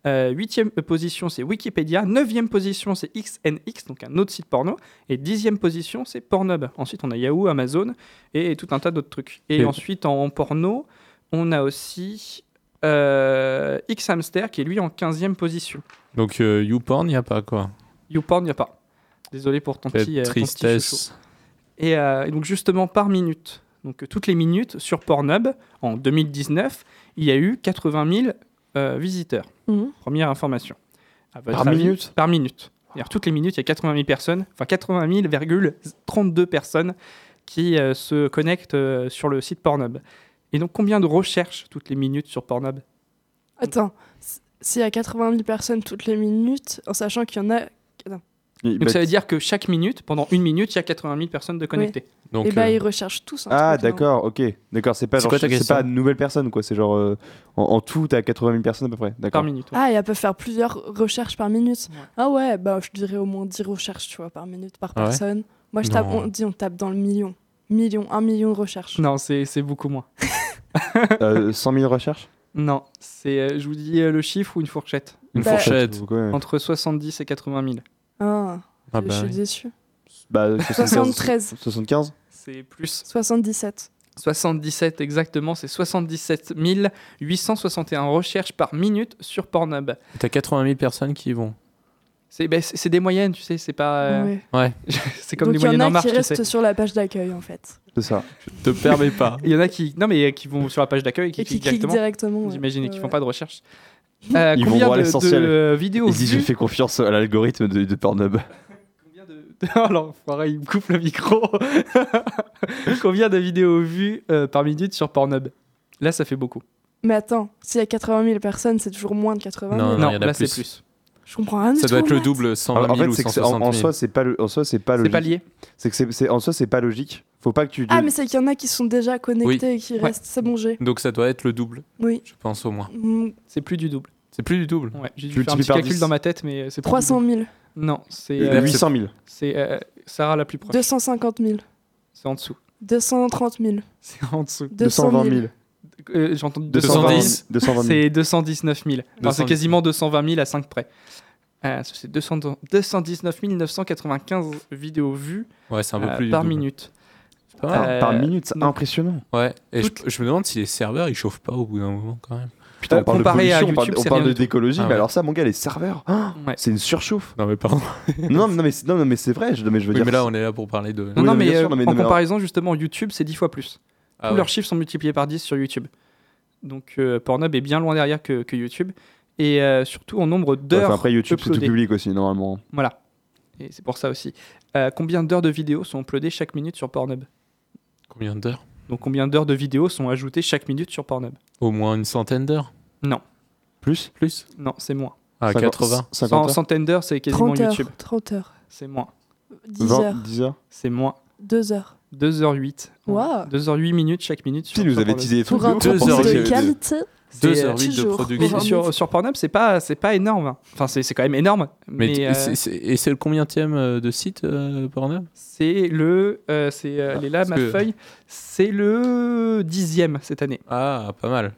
B: Euh, Huitième euh, position, c'est Wikipédia. Neuvième position, c'est XNX, donc un autre site porno. Et dixième position, c'est Pornhub. Ensuite, on a Yahoo, Amazon et tout un tas d'autres trucs. Et
E: Et-
B: ensuite, en porno, on a aussi euh, Xhamster qui est lui en quinzième position.
E: Donc euh, YouPorn, il a pas quoi.
B: YouPorn, il n'y a pas. Désolé pour ton
E: Quelle
B: petit, euh, ton petit chouchou.
E: tristesse.
B: Et, euh, et donc justement, par minute, donc euh, toutes les minutes sur Pornhub, en 2019, il y a eu 80 000 euh, visiteurs.
C: Mhm.
B: Première information. À votre
D: Par minute
B: Par minute. C'est-à-dire toutes les minutes, il y a 80 000 personnes, enfin 80 000,32 personnes qui euh, se connectent euh, sur le site Pornhub. Et donc combien de recherches toutes les minutes sur Pornhub
C: Attends, s- s'il y a 80 000 personnes toutes les minutes, en sachant qu'il y en a. Attends.
D: Bah,
B: Donc ça veut dire que chaque minute, pendant une minute, il y a 80 000 personnes de connectées.
E: Donc,
B: ben,
C: et bah,
E: euh,
C: ils recherchent tous. Un
D: Ah
C: truc, hein. non
D: d'accord, ok, d'accord. C'est pas
E: C'est
D: genre
E: quoi ta
D: c'est
E: question
D: pas une nouvelle personne quoi. C'est genre euh, en, en tout t'as 80 000 personnes à peu près.
B: Par
D: D'accord.
B: minute. ouais.
C: Ah, et elles peuvent faire plusieurs recherches par minute. Ah ouais, bah je dirais au moins 10 recherches, tu vois, par minute, par
B: Ah ouais
C: personne. Moi, je tape,
E: Non.
C: on dit, on tape dans le million. Million, un million de recherches.
B: Non, c'est c'est beaucoup moins.
D: Euh, 100 000 recherches.
B: Non, c'est, euh, je vous dis euh, le chiffre ou une fourchette
E: Une
C: Bah-
E: fourchette.
D: Pourquoi
B: Entre 70 et 80 000.
C: Ah,
E: Ah
C: je
E: bah
C: suis
E: oui.
C: déçue.
D: Bah
C: 73.
D: 75.
B: C'est plus.
C: 77.
B: 77 exactement, c'est 77 861 recherches par minute sur Pornhub.
E: T'as 80 000 personnes qui y vont.
B: C'est ben, c'est- c'est des moyennes, tu sais, c'est pas. euh,
C: Ouais.
E: Ouais.
B: c'est comme
C: Donc,
B: des
C: il y
B: moyennes en
C: en a
B: marche,
C: qui
B: tu sais.
C: restent sur la page d'accueil, en fait.
D: C'est ça.
E: Te permets pas.
B: Il y en a qui. Non, mais euh, qui vont sur la page d'accueil et qui,
C: Et qui
B: cliquent
C: cliquent
B: directement.
C: directement. ouais.
B: J'imagine, et qui
C: Ouais,
B: font
C: ouais.
B: pas de recherche. Euh,
D: Ils vont
B: combien
D: voir
B: de,
D: l'essentiel.
B: de, euh, vidéos
D: Ils disent j'ai
B: vues
D: fait confiance à l'algorithme de, de Pornhub.
B: Alors, oh, il me coupe le micro. Combien de vidéos vues euh, par minute sur Pornhub Là, ça fait beaucoup.
C: Mais attends, s'il y a 80 000 personnes, c'est toujours moins de 80 000.
E: Non,
B: Non,
E: il y en a
B: là, c'est
E: plus.
B: plus.
C: Je comprends rien du
E: Ça doit
C: tout,
E: être le
C: moi.
E: double, 120 000
D: en fait,
E: ou
D: c'est que c'est-
E: 160
D: en,
E: 000.
D: en soi, c'est pas, le- en soi, c'est pas Ah, logique.
E: pas
B: lié.
D: C'est que c'est- c'est- en soi, c'est pas logique. Faut pas que tu.
C: Ah, mais c'est qu'il y en a qui sont déjà connectés
E: Oui.
C: et qui
E: Ouais.
C: restent. C'est bon, j'ai.
E: Donc ça doit être le double,
C: Oui.
E: je pense au moins.
C: Mm,
B: C'est plus du double.
E: C'est plus du double.
B: Ouais, j'ai
E: Tu
B: dû faire un
E: multiplies
B: petit
E: par
B: calcul
E: 10.
B: dans ma tête, mais euh, c'est plus du
C: 300 000.
B: double. Non, c'est.
D: Euh, 800 000.
B: C'est euh, Sarah la plus proche.
C: 250 000.
B: C'est en dessous.
C: 230 000.
B: C'est en dessous.
C: 220 000.
B: Euh, J'entends
E: 210.
B: 220 000. C'est 219 000. Enfin, c'est
E: 219 000.
B: quasiment 220 000 à 5 près. Euh, c'est 200 219 995 vidéos vues
E: Ouais, c'est un peu
B: euh,
E: plus du
B: par
E: double.
B: minute.
E: pas mal.
B: Euh,
D: Par minute, c'est
B: donc,
D: impressionnant.
E: Ouais, et je- je, me demande si les serveurs ils chauffent pas au bout d'un moment quand même.
D: Putain, on parle de
B: comparé à
D: pollution, on parle,
B: YouTube,
D: on
B: c'est
D: parle
B: rien
D: de
B: du tout.
D: décologie,
E: Ah
D: mais
E: ouais.
D: alors ça, mon gars, les serveurs, ah,
B: Ouais.
D: c'est une surchauffe.
E: Non mais pardon.
D: non, non, mais, c'est- non, non, mais c'est vrai, je, mais je veux
E: Oui,
D: dire.
E: mais là on est là pour parler de.
B: Non,
D: Oui,
B: non,
D: non, mais
B: mais,
D: bien sûr,
B: euh,
D: non, mais-
B: en
D: non, mais-
B: comparaison, justement, YouTube, c'est 10 fois plus.
E: Ah
B: Tous
E: ouais.
B: leurs chiffres sont multipliés par 10 sur YouTube. Donc euh, Pornhub est bien loin derrière que, que YouTube. Et euh, surtout en nombre
D: Ouais, enfin,
B: d'heures.
D: après, YouTube, c'est tout
B: uploadées.
D: public aussi, normalement.
B: Voilà. Et c'est pour ça aussi. Euh, combien d'heures de vidéos sont uploadées chaque minute sur Pornhub
E: Combien d'heures
B: Donc combien d'heures de vidéos sont ajoutées chaque minute sur Pornhub
E: Au moins une centaine d'heures
B: Non.
D: Plus
E: Plus
B: Non, c'est moins.
E: Ah,
D: Cinquante-
E: 80.
B: En
D: 50 heures
B: centaines d'heures, c'est quasiment
C: 30 heures.
B: YouTube.
C: 30 heures.
B: C'est moins.
C: 10
D: 20,
C: heures.
D: 10 heures.
B: C'est moins.
C: 2 heures.
B: 2h08.
C: Waouh.
B: 2h08 minutes chaque minute. sur-
D: Putain, nous
B: sur
D: avez
B: Pornhub.
D: teasé des trucs
C: Pour
D: de
C: un
D: ouf,
E: Deux
D: on
E: heures
D: pensait
E: et
D: que-
C: De
E: de-
C: qualité.
B: C'est,
E: 2h08 de
C: toujours.
B: Mais
E: production.
C: Pour un
B: sur,
C: minute.
B: sur Pornhub, c'est pas, c'est pas énorme. Enfin, c'est, c'est quand même énorme.
E: Mais,
B: Mais,
E: t-
B: euh,
E: c'est- c'est- et c'est le combientième euh, de site euh, Pornhub
B: c'est le. euh, c'est, euh, elle est là,
E: Ah, parce
B: ma
E: que-
B: feuille. C'est le dixième cette année.
E: Ah, pas mal.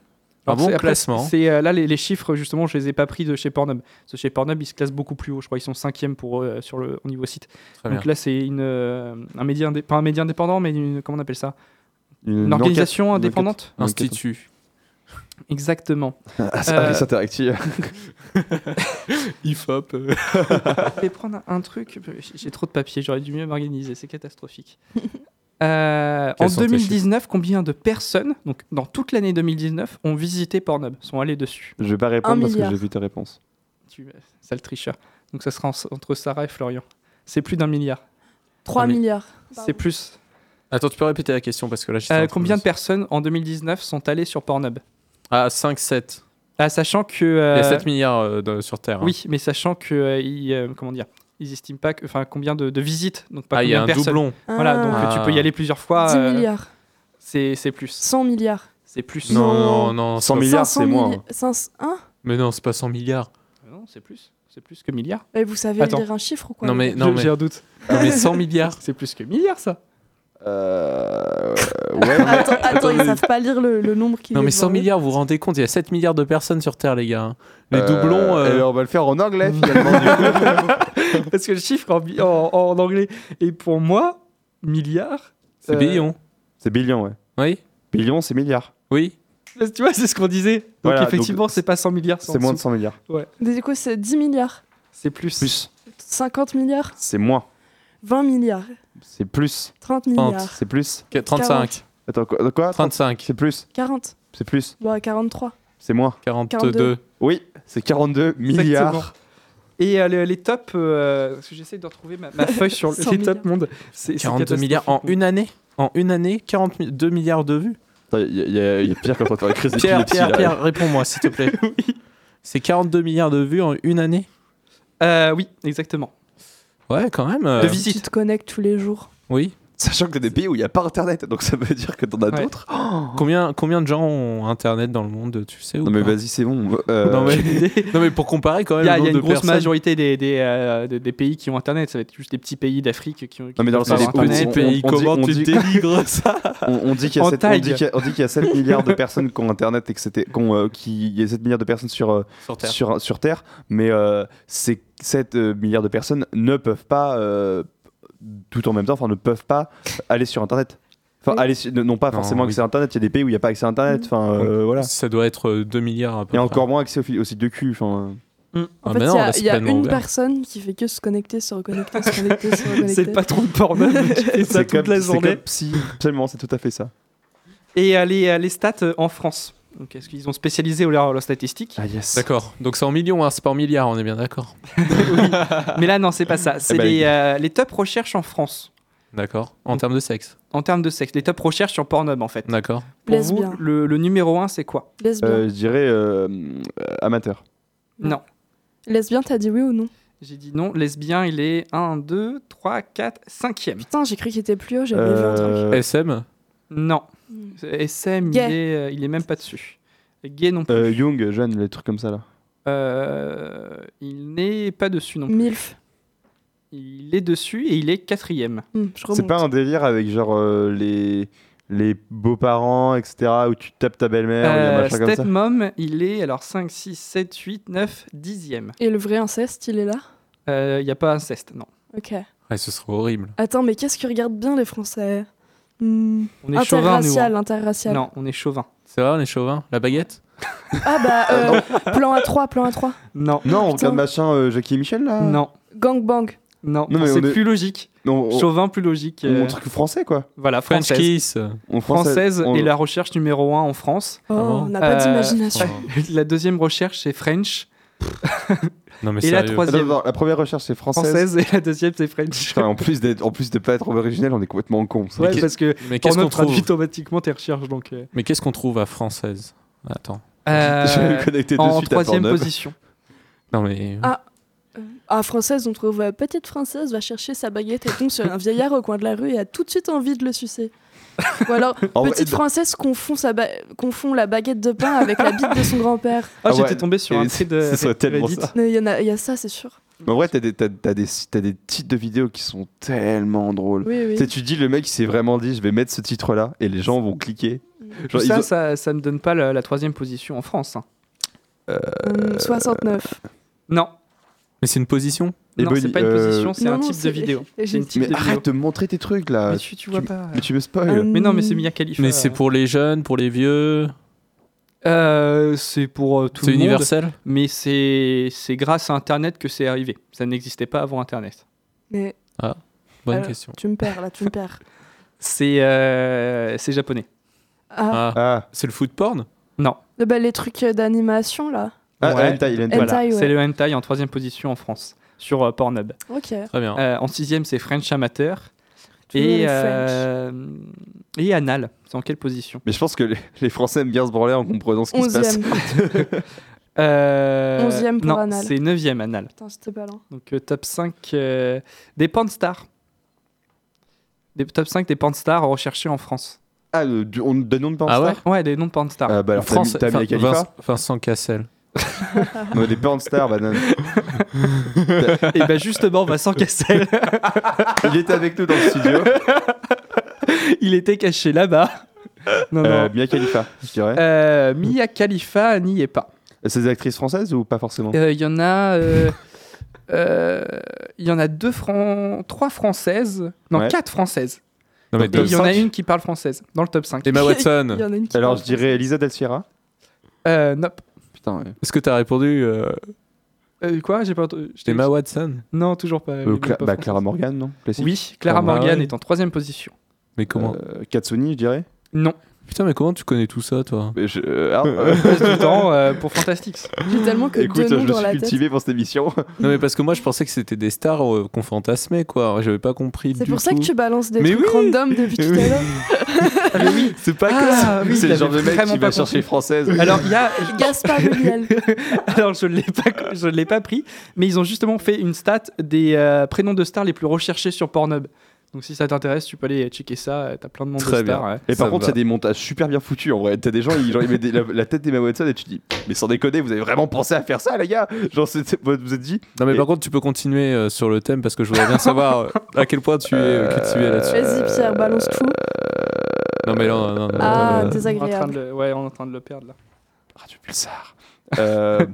B: Alors,
E: un bon
B: c'est- après,
E: classement.
B: C'est euh, là les, les chiffres justement, je les ai pas pris de chez Pornhub. Parce que chez Pornhub, ils se classent beaucoup plus haut. Je crois qu'ils sont cinquième pour euh, sur le au niveau site.
E: Très
B: Donc
E: bien.
B: là, c'est une euh, un média indé- pas un média indépendant, mais une comment on appelle ça
D: Une
B: Une
D: enquête-
B: organisation
D: une enquête-
B: indépendante.
D: une enquête.
E: Institut.
B: Exactement.
D: Ah, Service
B: Euh,
D: interactif.
E: IFOP.
B: Je vais prendre un truc. J'ai- J'ai trop de papier. J'aurais dû mieux m'organiser. C'est catastrophique. Euh, en
E: Quels sont tes
B: 2019, combien de personnes, donc dans toute l'année 2019, ont visité Pornhub, sont allées dessus
D: Je vais pas répondre parce que
C: milliard.
D: j'ai vu tes réponses.
B: Tu- Sale tricheur. Donc ça sera en- entre Sarah et Florian. C'est plus d'un milliard.
C: 3
E: Ah, mais-
C: milliards.
B: C'est plus.
E: Attends, tu peux répéter la question parce que là, je
B: Euh, combien de personnes en 2019 sont allées sur Pornhub
E: Ah, 5, 7.
B: Ah, Sachant que.
E: Il y
B: euh,
E: a 7 milliards euh, de- sur Terre. hein.
B: Oui, mais sachant que. euh, ils, euh, comment dire Ils estiment pas. que- Enfin, combien de, de visites Donc, pas
E: Ah, il y
B: combien
E: a un
B: de personnes.
E: doublon.
B: Voilà, donc euh,
E: Ah.
B: tu peux y aller plusieurs fois.
C: 10
B: euh,
C: milliards.
B: c'est c'est plus.
C: 100 milliards.
B: C'est plus.
E: Non, non, non.
D: 100
E: c'est-
D: milliards, c'est moins.
C: 500 hein
E: Mais non, c'est pas 100 milliards.
B: Euh, Non, c'est plus. C'est plus que milliard.
C: Et Vous savez
B: Attends.
C: lire un chiffre ou quoi
E: Non,
C: les
E: mais,
C: gars
E: non,
B: Je-
E: mais,
B: J'ai un doute.
E: non, mais 100 milliards.
B: C'est plus que milliard, ça.
D: Euh. Ouais, mais-
C: Attends, attends, ils savent pas lire le, le nombre qu'ils
E: Non, mais
C: doivent
E: 100
C: voir.
E: milliards, vous vous rendez compte, il y a 7 milliards de personnes sur Terre, les gars. hein. Les
D: Euh,
E: doublons. euh,
D: et on va le faire en anglais finalement. du coup.
B: Parce que le chiffre en, bi- en- en anglais. Et pour moi, milliard.
E: C'est
B: euh,
E: billion.
D: c'est billion, ouais.
E: Oui
D: Billion, c'est milliard.
E: Oui
B: Tu vois, c'est ce qu'on disait. Donc,
D: Voilà, donc
B: effectivement, c'est pas 100 milliards.
D: C'est moins de 100 milliards.
C: Mais Du coup, c'est 10 milliards.
B: C'est plus.
D: Plus.
C: 50 milliards.
D: C'est moins.
C: 20 milliards.
D: C'est plus.
C: 30 milliards.
D: C'est plus.
E: Qu- 35.
D: Attends, quoi, quoi
E: 35.
D: C'est plus.
C: 40.
D: C'est plus.
C: Bah, 43.
D: C'est moins.
E: 42.
D: Oui, c'est 42 milliards.
B: Et euh, les, les tops, euh, parce que j'essaie de retrouver ma, ma feuille sur le-
C: 100
B: les top monde. C'est- c'est
E: 42 milliards en
B: catastrophique.
E: une année En une année, 42 milliards de vues
D: Il y, a- y a- y a Pierre qui est en train de faire une crise
E: Pierre,
D: d'épilepsie,
E: Pierre,
D: là.
E: Pierre, réponds-moi, s'il te plaît. C'est 42 milliards de vues en une année
B: Euh, oui, exactement.
E: Ouais, quand même. euh,
B: De
C: Si Tu
B: visites.
C: te connectes tous les jours.
E: Oui.
D: Sachant que t'as des pays où il n'y a pas internet, donc ça veut dire que t'en as
B: Ouais.
D: d'autres.
E: Hein. Combien, combien de gens ont Internet dans le monde, tu sais ou
D: Non mais
E: pas
D: vas-y, c'est bon. euh,
E: non, mais, non, mais pour comparer quand
B: Il
E: même.
B: y a,
E: le
B: il y a une
E: nombre de
B: grosse
E: personnes-
B: majorité des, des, euh, des- des pays qui ont Internet. Ça va être juste des petits pays d'Afrique qui ont. qui
D: Non, mais dans
B: ont
D: le
B: pas
D: sens où-
E: Des petits
B: Internet.
D: on-
E: pays,
D: on dit-
E: comment
D: on
E: tu
D: dit-
E: dénigres ça
D: on, on dit qu'il y, a
B: En
D: sept- on dit
B: taille.
D: qu'il y a- on dit qu'il y a 7 milliards de personnes qui ont internet et que c'était qu'on, euh, qu'il y a 7 milliards de personnes sur euh,
E: Sur Terre.
D: sur, sur Terre, mais euh, ces 7 euh, milliards de personnes ne peuvent pas, euh, tout en même temps, enfin ne peuvent pas aller sur Internet. Enfin,
C: Oui.
D: aller sur- non pas
E: Non,
D: forcément
E: oui.
D: accès à Internet, il y a des pays où il n'y a pas accès à Internet, enfin euh, voilà.
E: Ça doit être euh, 2 milliards à peu
D: Et
E: près.
D: encore moins accès au fi- au site de cul. enfin, euh.
E: Ah,
C: Mm. En fait,
E: mais
C: il
E: non,
C: y
E: là,
C: a,
E: c'est
C: il y a
E: pleinement
C: une
E: ouvert.
C: personne qui fait que se connecter, se reconnecter, se reconnecter, se reconnecter.
B: C'est le patron de Pornhub qui fait ça
D: C'est
B: toute
D: comme-
B: la
D: c'est
B: journée.
D: comme psy. Absolument, c'est tout à fait ça.
B: Et euh, les, euh, les stats euh, en France. Donc, est-ce qu'ils ont spécialisé leurs leurs statistiques
D: Ah yes.
E: D'accord. Donc c'est en millions, hein, c'est pas en milliards, on est bien d'accord.
B: Mais là, non, c'est pas ça. C'est
D: Ah. ben,
B: les,
D: les-
B: euh, les top recherches en France
E: D'accord. En termes de sexe.
B: en termes de sexe. Les top recherches sur Pornhub, en fait.
E: D'accord.
B: Pour
C: Laisse
B: vous,
C: bien.
B: le, le numéro 1, c'est quoi
C: Lesbien.
D: Euh, je dirais euh, euh, amateur.
B: Non.
C: Lesbien, t'as dit oui ou non
B: J'ai dit non, lesbien, il est 1, 2, 3, 4, 5e.
C: Putain, j'ai cru qu'il était plus haut, j'avais vu un truc. Hmm.
E: Euh, SM
B: Non. SM, il
C: Gay.
B: est, euh, il est même pas dessus. Gay non plus.
D: Euh, Young, jeune, les trucs comme ça là.
B: Euh, il n'est pas dessus non plus.
C: Milf.
B: Il est dessus et il est quatrième.
C: Hmm,
D: C'est pas un délire avec genre euh, les, les beaux-parents, etc. où tu tapes ta belle-mère, ou un
B: Euh,
D: machin comme ça.
B: Stepmom, il est alors 5, 6, 7, 8, 9, 10e.
C: Et le vrai inceste, il est là
B: Il n'y Euh, a pas inceste, non.
C: Ok.
E: Ouais, ce serait horrible.
C: Attends, mais qu'est-ce que regardent bien les Français Hmm,
E: On est chauvin, nous, hein.
C: Interracial, interracial.
B: Non, on est chauvin.
E: C'est vrai, on est chauvin La baguette
C: Ah bah, euh, plan A3, plan A3.
B: Non.
D: Non, on
C: Putain.
D: regarde machin euh, Jackie et Michel là
B: Non.
C: Gangbang.
B: Non,
D: Non, mais
B: c'est
D: on est-
B: plus logique.
D: Non, on-
B: Chauvin, plus logique.
D: On
B: euh,
D: truc français quoi.
B: Voilà,
E: French
B: française.
E: Kiss.
D: On français-
B: Française
D: on-
B: est la recherche numéro 1 en France.
C: Oh, on n'a pas d'imagination.
E: Oh.
B: La deuxième recherche, c'est French.
E: Non, mais
B: Et la
E: sérieux.
B: troisième.
D: Attends, attends, Ah, la première recherche c'est française.
B: Française et la deuxième, c'est French.
D: Putain, en, plus d'être- en plus de pas être original, on est complètement con.
B: Ouais, parce que
E: mais qu'est-ce
B: Pornhub
E: qu'on trouve
B: traduit automatiquement tes recherches. Donc, euh,
E: Mais qu'est-ce qu'on trouve à française Attends.
B: Euh, Je vais me connecter de en suite à troisième
D: Ah
B: Pornhub. position. Ah,
E: Non mais.
C: Ah, euh, ah, française, on trouve euh, petite française va chercher sa baguette et tombe sur un vieillard au coin de la rue et a tout de suite envie de le sucer. Ou alors,
B: En vrai,
C: petite
B: dans-
C: française confond, sa ba- confond la baguette de pain avec la bite de son grand-père.
B: Ah, j'étais tombé sur un
D: Et
B: site de.
D: ce serait tellement
B: Reddit.
D: ça.
C: Mais Il y, en a- il y a ça, c'est sûr.
D: Mais en vrai, t'as des, t'as- t'as des, t'as des titres de vidéos qui sont tellement drôles.
C: Oui, oui.
D: Tu sais, Tu dis, le mec, il s'est vraiment dit, je vais mettre ce titre-là, et les gens vont cliquer.
B: Tout
D: Genre, ils
B: ça,
D: ont-
B: ça, ça me donne pas la, la troisième position en France. hein.
D: Euh,
C: Hmm, 69.
D: Ah
B: Non.
E: Mais c'est une position
D: Et
B: non,
D: Bonnie,
B: c'est pas une
D: euh,
B: position, c'est
C: Non,
B: un
C: non,
B: type de
C: c'est-
B: vidéo.
C: j'ai-
B: C'est une
C: j'ai-
B: type
D: Mais
B: de vidéo.
D: arrête de me montrer tes trucs là.
B: Mais tu- tu vois
D: m-
B: pas.
C: euh.
D: Mais Euh, tu me spoil.
B: Mais non, mais c'est Mia Khalifa.
E: Mais c'est pour les jeunes, pour les vieux.
B: Euh, c'est pour euh, tout
E: C'est
B: le monde.
E: universel
B: Mais c'est c'est grâce à Internet que c'est arrivé. Ça n'existait pas avant Internet.
C: Mais
E: Ah, bonne
B: euh,
C: alors,
E: question.
C: Tu me perds, là, tu me perds.
B: C'est euh, c'est japonais.
C: Ah,
E: C'est le foot porn
B: Non.
C: Euh, bah, les trucs euh, d'animation, là.
D: Ah, hentai, le hentai.
B: Voilà,
C: Hentai, ouais.
B: C'est le hentai en troisième position en France sur euh, Pornhub.
C: Ok.
E: Très bien.
B: Euh, en sixième, c'est French Amateur.
C: Toujours les
B: Et,
C: French.
B: euh, et Anal. C'est en quelle position
D: Mais je pense que les, les Français aiment bien se branler en comprenant ce qui se passe.
C: Onzième.
B: Euh,
C: Onzième pour
B: non,
C: Anal.
B: c'est neuvième Anal.
C: Putain, c'était pas loin.
B: Donc euh, top 5 euh, des porn stars. Des, top 5 des porn stars recherchés en France.
D: Ah, le- du- on donne nom de pornstar
B: ouais Ouais, des noms de porn stars.
D: Ah, bah alors, t'as mis- t'as mis la
E: Vin-
D: Khalifa
E: Vincent Cassel.
D: Non, des pornstars, banane.
B: Et bah justement, Vincent Cassel,
D: Il était avec nous dans le studio.
B: il était caché là-bas. Non, non.
D: Euh, Mia Khalifa, je dirais.
B: Euh, Mia Khalifa n'y est pas.
D: C'est des actrices françaises ou pas forcément
B: Euh, Il y en a. euh, euh, Il y en a deux Fran- trois françaises, non
D: Ouais.
B: quatre françaises.
E: Non, mais
B: Et il y en a
D: cinq.
B: une qui parle française dans le top 5.
E: Emma Watson.
D: Alors, je dirais Elisa Del Sierra.
B: Euh, nope.
D: Putain, ouais.
E: Est-ce que t'as répondu euh,
B: Euh, quoi J'ai pas entendu- je t'ai-
E: Emma Watson
B: Non, toujours pas.
D: Euh,
B: elle est
D: Cla-
B: pas
D: bah,
B: française.
D: Clara Morgan, non Classique.
B: Oui, Clara
E: Ah, bah
B: Morgan
E: ouais.
B: est en troisième position.
E: Mais comment
D: Euh, Katsuni, je dirais.
B: Non.
E: Putain, mais comment tu connais tout ça, toi
D: Mais je- euh, ah,
B: On passe du temps euh, pour Fantastics.
C: J'ai tellement que
D: Écoute, je
C: deux noms
D: me
C: euh, dans
D: suis
C: la tête.
D: cultivé pour cette émission.
E: Non, mais parce que moi, je pensais que c'était des stars euh, qu'on fantasmait, quoi. J'avais pas compris.
C: C'est
E: du
C: pour ça que
E: tout.
C: tu balances des
E: Mais
C: trucs
E: oui
C: random depuis tout à l'heure.
D: C'est pas
B: Ah,
D: que
B: oui,
D: c'est le
B: j'avais
D: genre de mec
B: vraiment
D: qui va
B: pas
D: chercher
B: compris.
D: française.
B: Alors, il y a.
C: Gaspard Méliel.
B: Alors, je ne l'ai pas, je l'ai pas pris, mais ils ont justement fait une stat des euh, prénoms de stars les plus recherchés sur Pornhub. Donc, si ça t'intéresse, tu peux aller checker ça. euh, T'as plein de noms de
E: Très bien.
B: stars. ouais.
D: Et par
E: Ça
D: contre,
E: va.
D: il y a des montages super bien foutus en vrai. T'as des gens, ils, genre, ils mettent des- la, la tête d'Emma Watson et tu te dis, mais sans déconner, vous avez vraiment pensé à faire ça, les gars Genre, c'est- c'est- vous vous êtes dit,
E: Non, mais
D: Et-
E: par contre, tu peux continuer euh, sur le thème parce que je voudrais bien savoir euh, à quel point tu es euh, cultivé là-dessus.
C: Vas-y, Pierre, balance tout.
D: euh,
C: Euh,
E: Non, mais là, non, non, non,
C: Ah,
B: On
E: non, non.
B: est en train de
C: désagréable.
B: le- ouais, on est en train de le perdre là.
D: ah, du pulsar. Euh,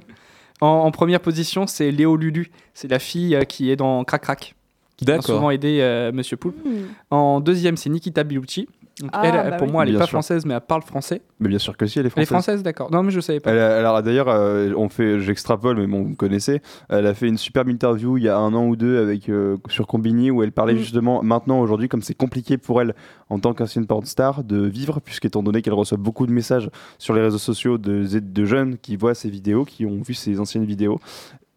B: En, en première position, c'est Léo Lulu. C'est la fille euh, qui est dans Crac Crac. Qui a
E: D'accord.
B: souvent aidé euh, Monsieur Poulpe.
C: Hmm.
B: En deuxième, c'est Nikita Bilucci. Donc,
C: Ah,
B: elle,
C: bah
B: pour
C: oui.
B: moi, elle n'est
D: Bien
B: pas
D: sûr.
B: française, mais elle parle français.
D: mais bien sûr que si, elle est
B: Elle est
D: française.
B: française, d'accord. Non, mais je savais pas.
D: Elle a- alors d'ailleurs, euh, on fait, j'extrapole, mais bon, vous me connaissez. Elle a fait une superbe interview il y a un an ou deux avec euh, sur Combini où elle parlait
C: Mm.
D: justement maintenant aujourd'hui comme c'est compliqué pour elle en tant qu'ancienne porn star de vivre puisqu'étant donné qu'elle reçoit beaucoup de messages sur les réseaux sociaux de, de jeunes qui voient ses vidéos, qui ont vu ses anciennes vidéos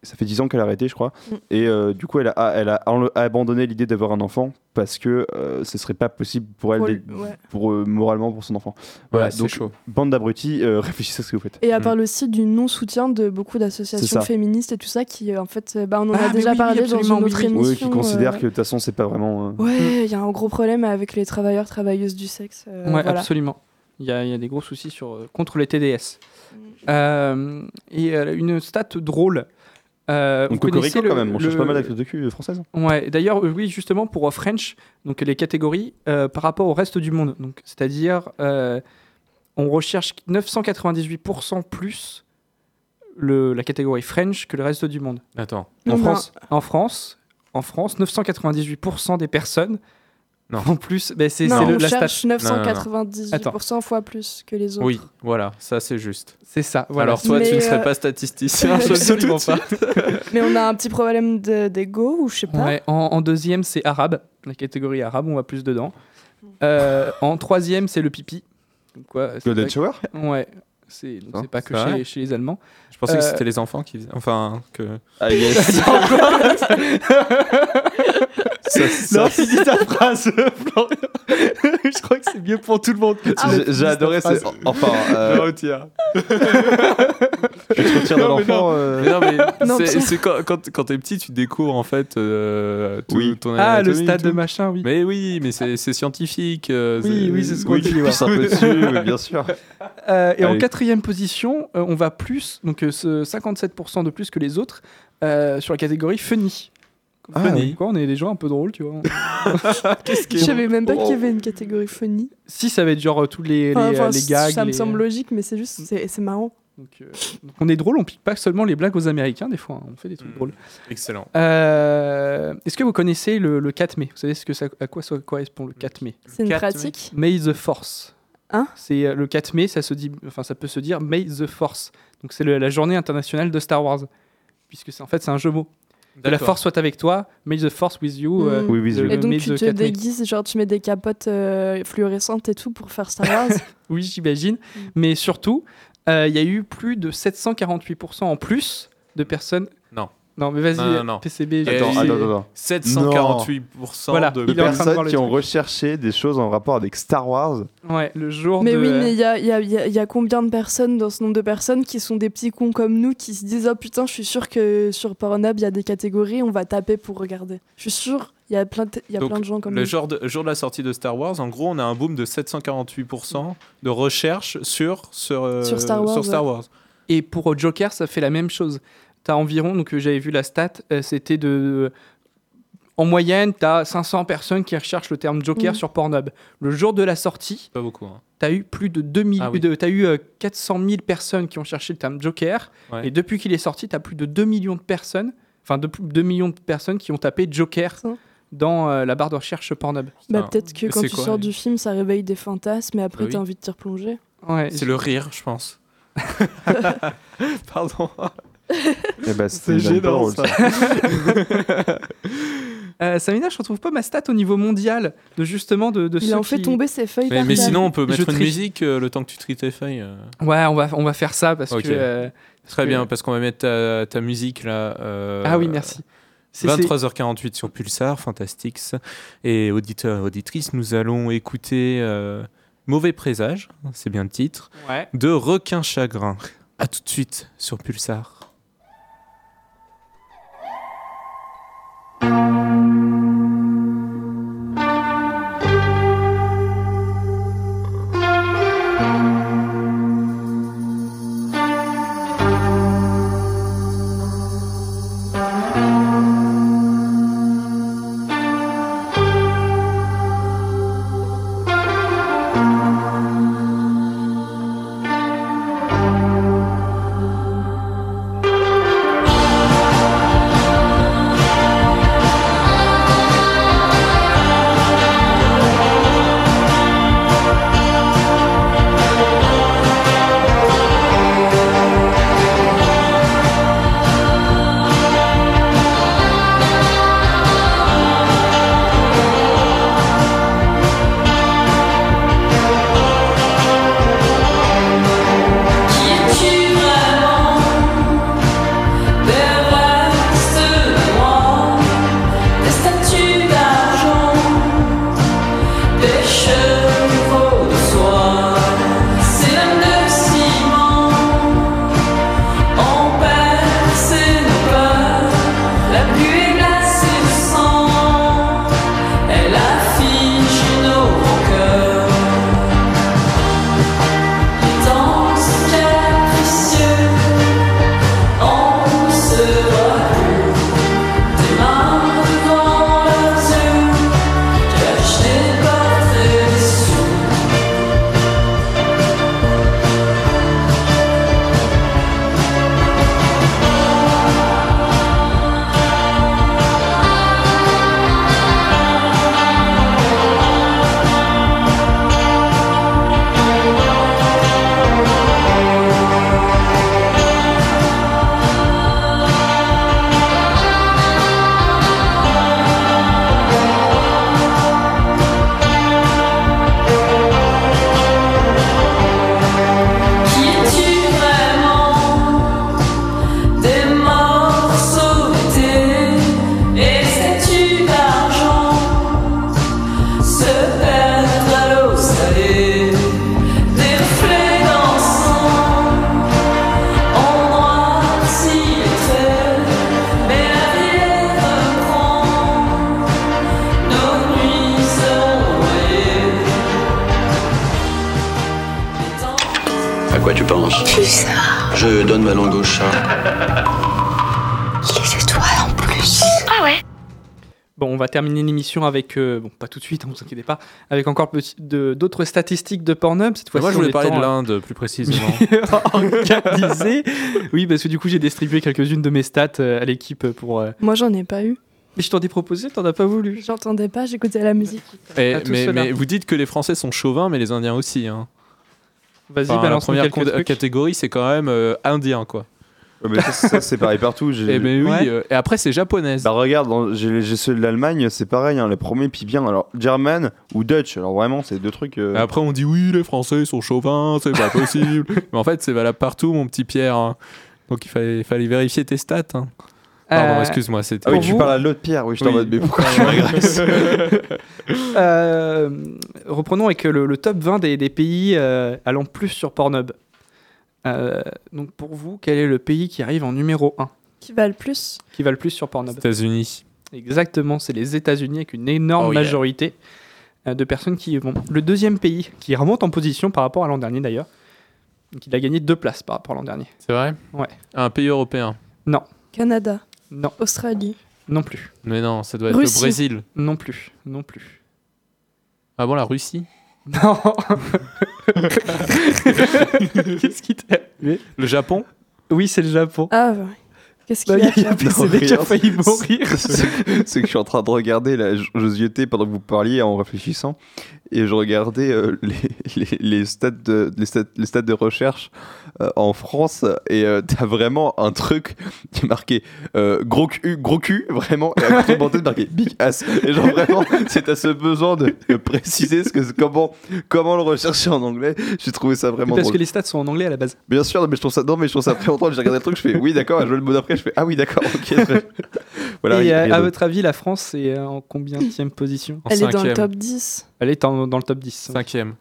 D: ça fait 10 ans qu'elle a arrêté, je crois.
C: Mm.
D: Et euh, du coup, elle a, elle a en- abandonné l'idée d'avoir un enfant parce que euh, ce serait pas possible pour elle,
C: Pour
D: d'être-
C: lui, ouais.
D: pour, euh, moralement pour son enfant.
B: Ah,
D: Voilà,
E: Ouais, c'est
D: donc,
E: chaud.
D: bande d'abrutis, euh, réfléchissez à ce que vous faites.
C: Et elle parle aussi du non-soutien de beaucoup
D: Hmm. C'est
C: d'associations
D: ça.
C: féministes et tout ça qui, euh, en fait, euh, bah, on en
B: Ah,
C: a
B: mais
C: déjà
B: oui,
C: parlé dans
B: absolument,
C: une autre
B: oui.
C: émission.
D: Oui, qui considèrent
C: euh,
D: que de toute façon, c'est pas vraiment. euh,
C: Ouais, il y a un gros problème avec les travailleurs, travailleuses du sexe. euh,
B: ouais,
C: voilà.
B: absolument. Il y, a, il y a des gros soucis sur, euh, contre les TDS.
C: Mm.
B: Euh, et euh, une stat drôle. Euh,
D: Donc,
B: vous connaissez
D: Cocorico,
B: le-
D: quand même, on cherche
B: le-
D: pas mal d'actrices de cul euh, françaises.
B: Ouais, d'ailleurs, euh, oui, justement, pour euh, French, donc les catégories euh, par rapport au reste du monde. Donc, c'est-à-dire, euh, on recherche 998% plus le, la catégorie French que le reste du monde.
E: Attends.
B: En
E: Non, mais-
B: France, en France, en France, 998% des personnes. En plus, ben, c'est
C: Non,
B: c'est le-
C: on
B: la stat.
C: cherche
B: Attends.
C: 998% fois plus que les autres.
E: Oui, voilà, ça c'est juste.
B: C'est ça. voilà.
E: Alors toi, tu
C: Mais,
E: ne serais
C: euh,
E: pas statisticien, absolument pas.
C: Mais on a un petit problème de- d'ego ou je sais pas.
B: Ouais, en, en deuxième, c'est arabe, la catégorie arabe, on va plus dedans. Euh, en troisième, c'est le pipi. Comme quoi, c'est
D: Golden
B: pas-
D: Shower
B: Ouais, c'est donc
E: Hein,
B: c'est pas que
E: c'est vrai
B: chez, chez les Allemands.
E: Je pensais que
B: Euh,
E: c'était les enfants qui faisaient. Enfin, que.
D: Ah, yes.
E: Ça- ça-
B: Non, finis ta phrase, Florian. Je crois que c'est mieux pour tout le monde. que tu
D: J'ai-
B: finisses
D: J'ai
B: ta
D: adoré.
B: phrase.
D: Ah, c'est- Enfin, euh,
E: Je retire.
D: tu te retires de
E: Non, mais
D: l'enfant.
E: non.
D: euh,
E: Mais non, mais
B: Non,
E: c'est
B: Pierre.
E: c'est quand, quand, quand t'es petit, tu découvres en fait euh, tout
D: Oui.
E: ton
B: Ah, le
E: anatomie et
B: stade
E: tout.
B: de machin, oui.
E: Mais oui, mais c'est c'est scientifique. euh,
B: Oui, oui, c'est ce qu'on
E: oui,
B: dit,
E: tu
B: ouais.
E: pousses un
D: hein.
E: peu dessus, mais bien
D: sûr.
B: Euh, et en
E: Allez.
B: quatrième position, euh, on va plus, donc euh, ce 57% de plus que les autres, euh, sur la catégorie funny.
E: Ah,
B: funny.
E: oui.
B: Quoi, on est des gens un peu drôles, tu vois. Qu'est-ce
C: Je savais même pas qu'il y avait une catégorie funny.
B: Si, ça va être genre euh, tous Oh. les, les,
C: Enfin, enfin,
B: euh, les gags.
C: ça me
B: les-
C: semble logique, mais c'est juste, c'est c'est marrant.
B: Donc, on est drôle, on pique pas seulement les blagues aux Américains, des fois, hein, on fait des
E: Mm.
B: trucs drôles.
E: Excellent.
B: Euh, Est-ce que vous connaissez le, le 4 mai Vous savez ce que ça, à quoi ça correspond le 4 mai
C: C'est une 4 mai. pratique
B: May the Force.
C: Hein
B: C'est euh, le 4 mai, ça se dit, enfin ça peut se dire May the Force. Donc c'est le- la journée internationale de Star Wars, puisque c'est en fait c'est un jeu mot. Que la
E: D'accord.
B: force soit avec toi, May the Force with you. euh,
C: Mm.
B: le-
C: et
B: le May
C: donc tu
B: the
C: te
B: 4 mai.
C: déguises, genre tu mets des capotes euh, fluorescentes et tout pour faire Star Wars.
B: Oui, j'imagine.
C: Mm.
B: Mais surtout, euh, il y a eu plus de 748% en plus de personnes.
E: Non.
B: Non, mais vas-y,
E: Non, non, non.
B: PCB.
E: Attends,
B: j'ai-
E: attends,
B: j'ai-
E: attends, attends. 748%
B: Voilà,
E: de-
B: il est en train de voir
D: personnes
B: le
D: qui ont
B: truc.
D: recherché des choses en rapport avec Star Wars.
B: Ouais, le jour
C: Mais
B: de.
C: oui, mais il y a, il y a- il y a- il y a combien de personnes dans ce nombre de personnes qui sont des petits cons comme nous qui se disent Oh putain, je suis sûr que sur Pornhub, il y a des catégories, on va taper pour regarder. Je suis sûr, il y a plein de, il y a
E: Donc,
C: plein de gens comme
E: le
C: nous.
E: jour de, jour de la sortie de Star Wars, en gros, on a un boom de 748% de recherche sur, sur, euh,
C: Sur Star Wars, ouais.
E: Wars.
B: Et pour euh, Joker, ça fait la même chose. T'as environ, donc euh, j'avais vu la stat, euh, c'était de. En moyenne, t'as 500 personnes qui recherchent le terme Joker
E: Mm.
B: sur Pornhub. Le jour de la sortie,
E: Pas beaucoup. hein.
B: T'as eu plus de 2000,
E: Ah oui.
B: de- t'as eu euh, 400 000 personnes qui ont cherché le terme Joker.
E: Ouais.
B: Et depuis qu'il est sorti, t'as plus de 2 millions de personnes, enfin de plus de 2 millions de personnes qui ont tapé Joker dans euh, la barre de recherche Pornhub.
C: Bah, peut-être que quand
B: C'est
C: tu
B: quoi,
C: sors
B: les-
C: du film, ça réveille des fantasmes et après
B: Bah oui.
C: t'as envie de t'y replonger.
B: Ouais,
E: C'est le rire, je pense. Pardon.
D: Eh ben,
B: C'est
D: c'était même pas
B: gênant,
D: drôle,
B: ça. Euh, ça m'énerve, je retrouve pas ma stat au niveau mondial de justement de, de
C: Il
B: ceux
C: en fait
B: qui-
C: tomber ses feuilles
E: Mais,
C: par
E: mais
C: terre.
E: sinon, on peut
B: Je
E: mettre une
B: triche.
E: musique euh, le temps que tu tries tes feuilles. euh.
B: Ouais, on va, on va faire ça parce
E: Ok.
B: que. euh, parce
E: Très
B: que-
E: bien, parce qu'on va mettre ta, ta musique là. euh,
B: Ah oui, merci. C'est- c'est-
E: 23h48 sur Pulsar, Fantastics. Et auditeurs et auditrices, nous allons écouter euh, Mauvais Présage, c'est bien le titre,
B: Ouais.
E: de Requin Chagrin. A tout de suite sur Pulsar.
L: Thank se perdre à l'eau salée. Des reflets dansants, on noircit les traits, mais la vie reprend. Nos nuits seront voilées.
R: À quoi tu penses
L: Pulsar.
R: Je donne ma langue au chat.
L: Les étoiles en plus. Ah ouais
B: Bon, on va terminer l'émission avec, euh, bon, pas tout de suite, hein, vous inquiétez pas, avec encore petit- de- d'autres statistiques de Pornhub. Cette
E: Mais
B: fois
E: moi, je voulais parler de
B: hein.
E: l'Inde, plus précisément.
B: organisé. Oui, parce que du coup, j'ai distribué quelques-unes de mes stats euh, à l'équipe pour. euh,
C: Moi, j'en ai pas eu.
B: Mais je t'en ai proposé, t'en as pas voulu.
C: J'entendais pas, j'écoutais la musique.
E: Eh,
B: À tous
E: mais,
B: ceux-là.
E: mais vous dites que les Français sont chauvins, mais les Indiens aussi. Hein.
B: Vas-y,
E: La
B: balance-nous
E: première
B: quelques
E: con-
B: trucs.
E: catégorie, c'est quand même euh, indien, quoi.
D: mais ça, ça, c'est pareil partout. j'ai-
E: Eh ben oui,
D: Ouais.
E: euh, et après, c'est japonaise.
D: Bah regarde, dans- j'ai j'ai ceux de l'Allemagne, c'est pareil, hein, les premiers puis bien. Alors German ou Dutch, alors vraiment, c'est deux trucs. euh,
E: Et Après, on dit oui, les Français sont chauvins, c'est pas possible. Mais en fait, c'est valable partout, mon petit Pierre. hein. Donc, il fallait, il fallait vérifier tes stats. hein. Pardon,
B: Euh,
E: excuse-moi, c'était.
D: Ah oui, tu parles à l'autre Pierre, oui, je t'en mode, mais pourquoi tu m'agresses
B: Euh, reprenons avec euh, le, le top 20 des, des pays euh, allant plus sur Pornhub. Euh, donc pour vous, quel est le pays qui arrive en numéro 1
C: Qui va le plus
B: Qui va le plus sur Pornhub
E: États-Unis.
B: Exactement, c'est les États-Unis avec une énorme
E: Oh yeah.
B: majorité euh, de personnes qui y vont. Le deuxième pays qui remonte en position par rapport à l'an dernier d'ailleurs, donc il a gagné deux places par rapport à l'an dernier.
E: C'est vrai
B: Ouais.
E: Un pays européen.
B: Non,
C: Canada.
B: Non.
C: Australie.
B: non plus.
E: Mais non, ça doit être
C: Russie.
E: le Brésil.
B: Non plus, non plus.
E: Ah bon, la Russie
B: Non Qu'est-ce qui t'a
E: Le Japon
B: Oui, c'est le Japon.
C: Ah, ouais. Qu'est-ce qu'il
B: Bah,
C: y a
B: il y a
C: Pierre
B: plus- C'est dès qu'il a failli mourir.
D: C'est c'est que je suis en train de regarder, là, je- je ziotais pendant que vous parliez en réfléchissant, et je regardais euh, les, les, les stats de, les, stats, les stats de recherche euh, en France, et euh, t'as vraiment un truc qui est marqué euh, gros, cul, gros cul, vraiment, et à côté de marqué big ass. Et genre vraiment, c'est à ce besoin de, de préciser ce que, comment, comment le rechercher en anglais. J'ai trouvé ça vraiment
B: Parce
D: drôle.
B: que les stats sont en anglais à la base.
D: Bien sûr, mais je trouve ça, non, mais je trouve ça très longtemps. J'ai regardé le truc, je fais oui, d'accord. Et Je vois le mot d'après, je fais ah oui, d'accord, ok. très- Voilà,
B: Et
D: rien-
B: euh,
D: rien
B: à
D: d'autre.
B: votre avis, la France est euh, en combien de position
E: En Elle est dans le cinquième. top
C: 10.
B: Elle est en- dans le top 10.
E: Cinquième.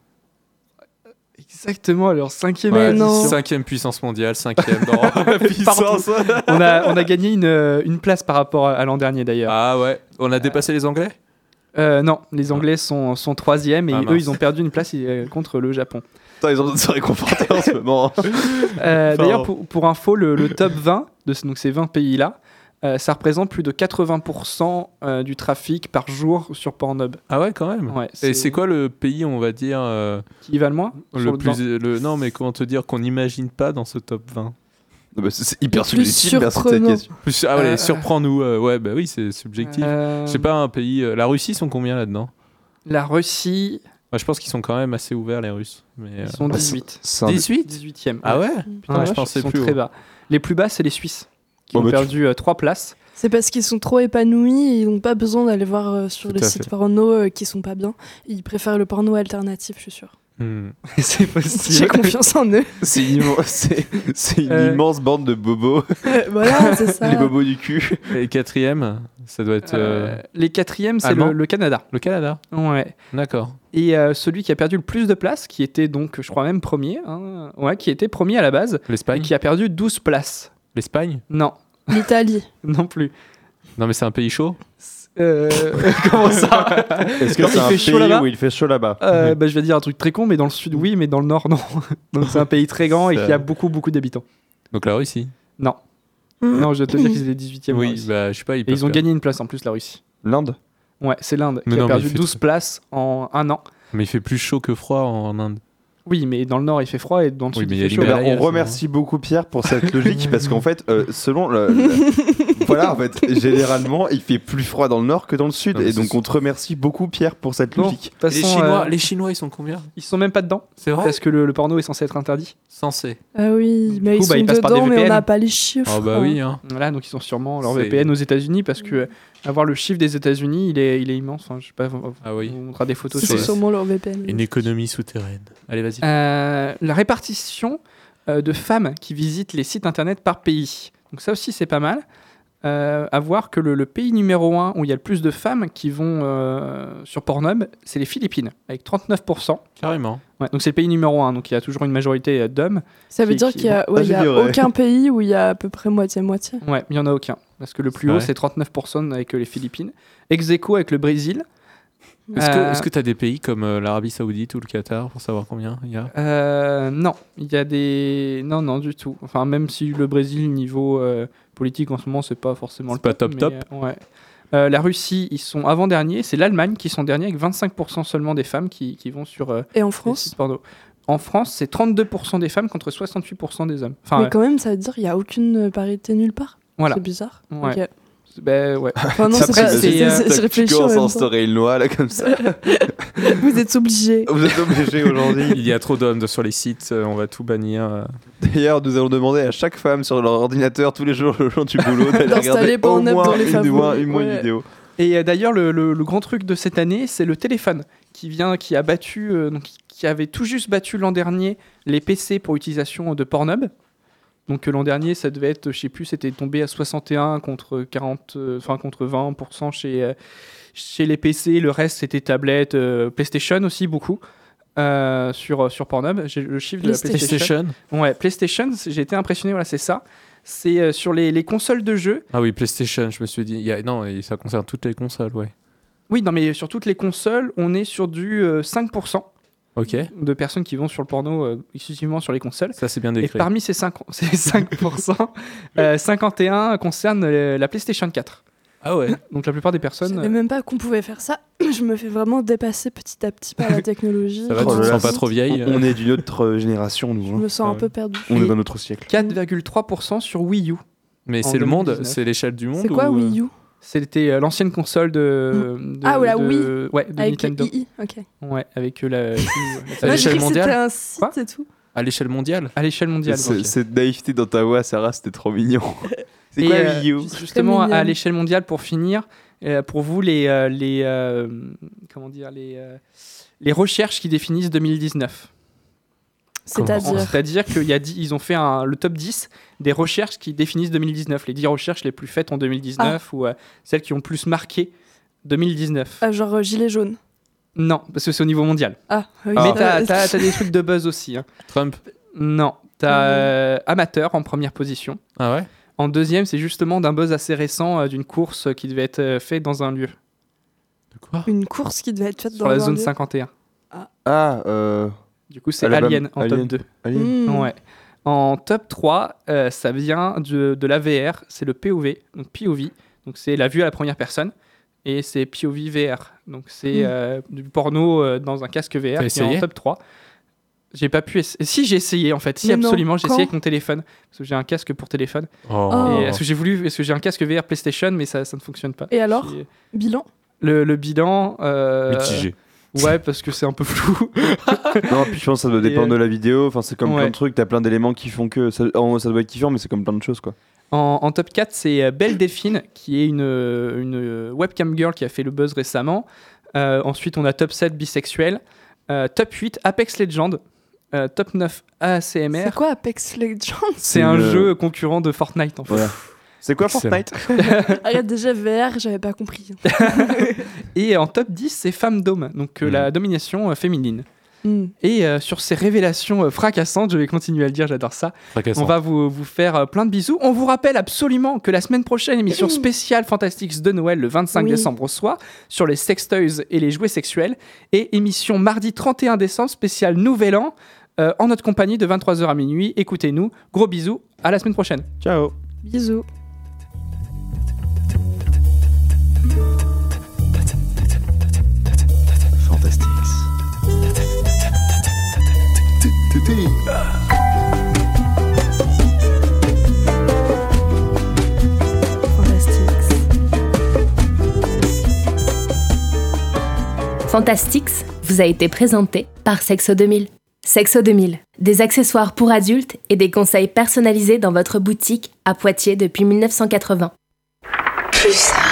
B: Exactement, alors cinquième
E: Ouais,
B: position.
E: Cinquième puissance mondiale, cinquième dans la puissance.
B: on, a, on a gagné une, euh, une place par rapport à, à l'an dernier d'ailleurs.
E: Ah ouais, on a dépassé les Anglais
B: Euh, non, les Anglais sont, sont troisième et
E: Ah,
B: eux
E: mince.
B: ils ont perdu une place euh, contre le Japon.
D: Putain, ils ont besoin de se réconforter en ce moment.
B: Euh,
D: Enfin,
E: oh.
B: D'ailleurs, pour, pour info, le, le top 20 de ce- donc ces 20 pays-là, euh, ça représente plus de 80% euh, du trafic par jour sur Pornhub.
E: Ah ouais, quand même.
B: Ouais,
E: Et c'est quoi le pays, on va dire euh,
B: Qui y va le moins
E: le
B: Sur le-
E: plus,
B: dans-
E: le- Non, mais comment te dire qu'on n'imagine pas dans ce top 20
D: Non, mais c'est- c'est hyper Le plus subjectif, merci de cette surprenant. question.
E: Plus- ah ouais,
B: Euh,
E: surprends-nous. euh, ouais, bah oui, c'est subjectif.
B: Euh,
E: Je sais pas, un pays. euh, la Russie, ils sont combien là-dedans
B: La Russie,
E: Bah, Je pense qu'ils sont quand même assez ouverts, les Russes. Mais, euh,
B: ils sont 18.
E: 18
B: 18e.
E: Ah ouais
B: Putain,
E: Putain, je pensais
B: ils sont
E: plus.
B: très
E: haut.
B: bas. Les plus bas, c'est les Suisses, qui
E: Bon,
B: ont
E: bah, tu-
B: perdu 3 places.
C: C'est parce qu'ils sont trop épanouis et ils n'ont pas besoin d'aller voir euh, sur
B: Tout
C: les
B: à
C: sites
B: fait.
C: porno euh, qui sont pas bien. Ils préfèrent le porno alternatif, je suis sûre.
B: Hmm. c'est possible.
C: J'ai confiance en eux.
D: C'est une, immo- c'est- c'est une
B: Euh.
D: immense bande de bobos.
C: voilà, c'est ça.
D: Les bobos du cul.
E: Et quatrième, ça doit être. euh,
B: Les quatrièmes, c'est
E: Allemand
B: le, le Canada.
E: Le Canada
B: Ouais.
E: D'accord.
B: Et euh, celui qui a perdu le plus de places, qui était donc, je crois même premier, hein, ouais, qui était premier à la base,
E: L'Espagne
B: et qui a perdu 12 places.
E: L'Espagne
B: Non,
C: L'Italie.
B: non plus.
E: Non, mais c'est un pays chaud
B: Euh, comment ça
D: Est-ce que
B: Quand
D: c'est un
B: il fait chaud
D: pays
B: là-bas
D: où il fait chaud là-bas
B: Euh, bah, je vais dire un truc très con, mais dans le sud, oui, mais dans le nord, non. Donc c'est un pays très grand et
E: C'est-
B: qui a beaucoup, beaucoup d'habitants.
E: Donc la Russie
B: Non. Non, je dois te dire qu'ils étaient 18e. la
E: Oui,
B: Russie.
E: bah, je sais pas.
B: et ils ont gagné une place en plus, la Russie.
D: L'Inde
B: Ouais, c'est l'Inde
E: Mais
B: qui
E: non,
B: a
E: mais
B: perdu
E: il fait
B: 12 places en un an.
E: Mais il fait plus chaud que froid en, en Inde.
B: Oui, mais dans le nord, il fait froid et dans le
E: Oui,
B: sud,
E: mais
B: il
E: il y a
B: fait chaud.
E: les Himalaya,
D: Eh ben, on remercie beaucoup Pierre pour cette logique parce qu'en fait, euh, selon le, le- voilà, en fait, généralement, il fait plus froid dans le nord que dans le sud,
E: Non, mais
D: et
E: c'est
D: donc on te remercie beaucoup Pierre pour cette
B: Bon,
D: logique.
B: de toute façon, euh,
E: les Chinois, ils sont combien
B: Ils sont même pas dedans.
E: C'est vrai
B: Parce que le, le porno est censé être interdit.
E: Censé.
C: Ah oui, mais
B: coup,
C: ils
B: bah,
C: sont
B: ils passent par des
C: dedans, mais on
B: VPN.
C: n'a pas les
B: Ah
C: chiffres.
B: bah
E: hein.
B: Voilà, donc ils ont sûrement leur
E: C'est-
B: VPN aux États-Unis parce que euh, avoir le chiffre des États-Unis, il est, il est immense. Enfin, je sais pas, on,
E: Ah oui.
B: on montrera des photos
C: C'est
B: sur
C: sûrement leur VPN.
E: Une économie souterraine. Allez, vas-y.
B: Euh, la répartition euh, de femmes qui visitent les sites internet par pays. Donc ça aussi c'est pas mal. euh, à voir que le, le pays numéro 1 où il y a le plus de femmes qui vont euh, sur Pornhub, c'est les Philippines, avec 39%.
E: Carrément.
B: Ouais, donc c'est le pays numéro 1, donc il y a toujours une majorité euh, d'hommes.
C: Ça veut
B: qui-
C: dire
B: qui-
C: qu'il n'y a, ouais, il y a aucun pays où il y a à peu près moitié-moitié.
B: Ouais, il n'y en a aucun. Parce que le plus
E: Ouais.
B: haut, c'est 39% avec euh, les Philippines. Ex aequo avec le Brésil.
E: Est-ce que-
B: Euh,
E: est-ce que tu as des pays comme euh, l'Arabie Saoudite ou le Qatar pour savoir combien il y a
B: Euh, non, il y a des. Non, non, du tout. Enfin, même si le Brésil, niveau euh, politique en ce moment, c'est pas forcément le
E: pas
B: top.
E: top,
B: mais,
E: top.
B: euh, ouais. Euh, la Russie, ils sont avant-derniers. C'est l'Allemagne qui sont derniers avec 25% seulement des femmes qui, qui vont sur. euh,
C: Et en
B: les
C: France
B: sites porno. En France, c'est 32% des femmes contre 68% des hommes. Enfin,
C: Mais quand même, ça veut dire qu'il n'y a aucune euh, parité nulle part.
B: Voilà.
C: C'est bizarre.
B: Ouais.
C: Ok.
B: C'est- Ben ouais.
C: Enfin, non, c'est pas- c'est- c'est- c'est- je réfléchis en
D: commences
B: hein,
C: même temps.
D: à instaurer une loi là comme ça.
C: Vous êtes obligés.
D: Vous êtes obligés aujourd'hui.
E: Il y a trop d'hommes de- sur les sites, euh, on va tout bannir. euh.
D: D'ailleurs, nous allons demander à chaque femme sur leur ordinateur tous les jours le jour du boulot d'aller regarder
B: D'installer
D: au
B: Pornhub
D: moins
B: dans les
D: une,
B: favoris,
D: moins- une- moins une
B: ouais.
D: vidéo.
B: Et euh, d'ailleurs, le, le- le grand truc de cette année, c'est le téléphone qui vient, qui a battu, euh, donc qui avait tout juste battu l'an dernier les PC pour utilisation de Pornhub. Donc euh, l'an dernier, ça devait être, je sais plus, c'était tombé à 61 contre 40, euh, enfin contre 20% chez euh, chez les PC. Le reste, c'était tablette, euh, PlayStation aussi beaucoup. euh, sur, sur Pornhub, j'ai le chiffre de la
E: PlayStation.
B: PlayStation. Ouais, PlayStation, c'est- j'ai été impressionné, voilà, c'est ça. C'est euh, sur les, les consoles de jeux,
E: Ah oui, PlayStation, je me suis dit. il y a- Non, et ça concerne toutes les consoles, ouais.
B: Oui, non, mais sur toutes les consoles, on est sur du euh, 5%
E: Ok.
B: de personnes qui vont sur le porno euh, exclusivement sur les consoles.
E: Ça, c'est bien
B: Et
E: décrit.
B: parmi ces 5, ces 5% euh, 51 concernent euh, la PlayStation 4.
E: Ah ouais
B: Donc la plupart des
C: Je
B: personnes.
C: savais même pas qu'on pouvait faire ça. Je me fais vraiment dépasser petit à petit par la technologie. Oh
E: Ça va, tu te sens pas trop vieille
D: On, on est d'une autre euh, génération, nous. Je
C: me sens un peu perdue.
D: On est dans notre
B: euh,
D: siècle.
B: 4,3% sur Wii U.
E: Mais
B: en
E: c'est le monde,
B: 2019.
E: c'est l'échelle du monde.
C: C'est quoi
E: ou, euh,
C: Wii U
B: C'était euh, l'ancienne console de, de-
C: Ah, ou la
B: de-
C: Wii
B: Ouais, de
C: Avec
B: Nintendo.
C: le II, ok.
B: Ouais, avec euh, la.
C: Moi, j'ai cru
E: l'échelle
C: que c'était
E: mondiale
C: un site et tout.
E: À l'échelle mondiale
B: À l'échelle mondiale.
D: Ce-
B: ok.
D: Cette naïveté dans ta voix, Sarah, c'était trop mignon. C'est
B: Et,
D: quoi
B: euh,
D: Wii U
B: ju- Justement, à
D: Très mignon.
B: l'échelle mondiale, pour finir, euh, pour vous, les, euh, les, euh, comment dire, les, euh, les recherches qui définissent 2019
C: C'est-à-dire
B: Comment C'est-à-dire qu'ils ont fait un- le top 10 des recherches qui définissent 2019, les 10 recherches les plus faites en 2019 ou euh, celles qui ont le plus marqué 2019.
C: Ah, genre Ah. euh, gilet jaune.
B: Non, parce que c'est au niveau mondial.
C: Ah, oui.
B: Mais t'as-
C: Ah.
B: t'as t'as des trucs de buzz aussi. hein.
E: Trump
B: Non.
C: Ah
B: T'as euh, amateur en première position.
E: Ah ouais
B: En deuxième, c'est justement d'un buzz assez récent euh, d'une course euh, qui devait être euh, faite dans un lieu.
C: Une course qui devait être faite
B: Sur
C: dans
B: la
C: un
B: zone
C: lieu.
B: 51.
D: Ah, euh,
B: Du coup, c'est
D: Alabama-
B: Alien en
D: Alien.
B: top 2.
D: Alien.
E: Hmm.
C: Mm.
B: Ouais. En top 3, euh, ça vient de, de l'AVR, c'est le POV, donc POV, donc c'est la vue à la première personne, et c'est POV VR, donc c'est
E: Mm.
B: euh, du porno euh, dans un casque VR
E: T'as
B: qui est en
E: essayé
B: top 3. J'ai pas pu essa- Si, j'ai essayé en fait, si
E: Mais non,
B: absolument, j'ai
E: quand
B: essayé avec mon téléphone, parce que j'ai un casque pour téléphone.
E: Oh.
B: Et est-ce que j'ai voulu, est-ce que j'ai un casque VR PlayStation, mais ça, ça ne fonctionne pas.
C: Et alors
B: J'ai-
C: Bilan
B: le, le bilan. euh,
D: Mitigé.
B: Ouais, parce que c'est un peu flou.
D: Non, puis je pense que ça doit
B: Et,
D: dépendre de
B: euh,
D: la vidéo. Enfin, c'est comme plein
B: Ouais.
D: de trucs. T'as plein d'éléments qui font que. Ça, en- ça doit être kiffant, mais c'est comme plein de choses, quoi.
B: En, en top 4, c'est euh, Belle Delphine, qui est une, euh, une euh, webcam girl qui a fait le buzz récemment. Euh, ensuite, on a top 7 bisexuel. Euh, top 8, Apex Legends. Euh, top 9, ACMR.
C: C'est quoi Apex Legends
B: C'est un jeu concurrent de Fortnite en fait.
D: C'est quoi
B: Fortnite
C: Regarde, déjà VR, j'avais pas compris.
B: Et en top 10, c'est Femme Dome, donc euh, la domination euh, féminine.
C: Mm.
B: Et euh, sur ces révélations euh, fracassantes, je vais continuer à le dire, j'adore ça.
E: Fracassant.
B: On va vous, vous faire euh, plein de bisous. On vous rappelle absolument que la semaine prochaine, émission spéciale Fantastics de Noël le 25
E: Oui.
B: décembre au soir sur les sextoys et les jouets sexuels. Et émission mardi 31 décembre spéciale Nouvel An euh, en notre compagnie de 23h à minuit. Écoutez-nous. Gros bisous. À la semaine prochaine.
D: Ciao.
C: Bisous.
T: Fantastics vous a été présenté par Sexo 2000. Sexo 2000, des accessoires pour adultes et des conseils personnalisés dans votre boutique à Poitiers depuis 1980.
P: Plus ça.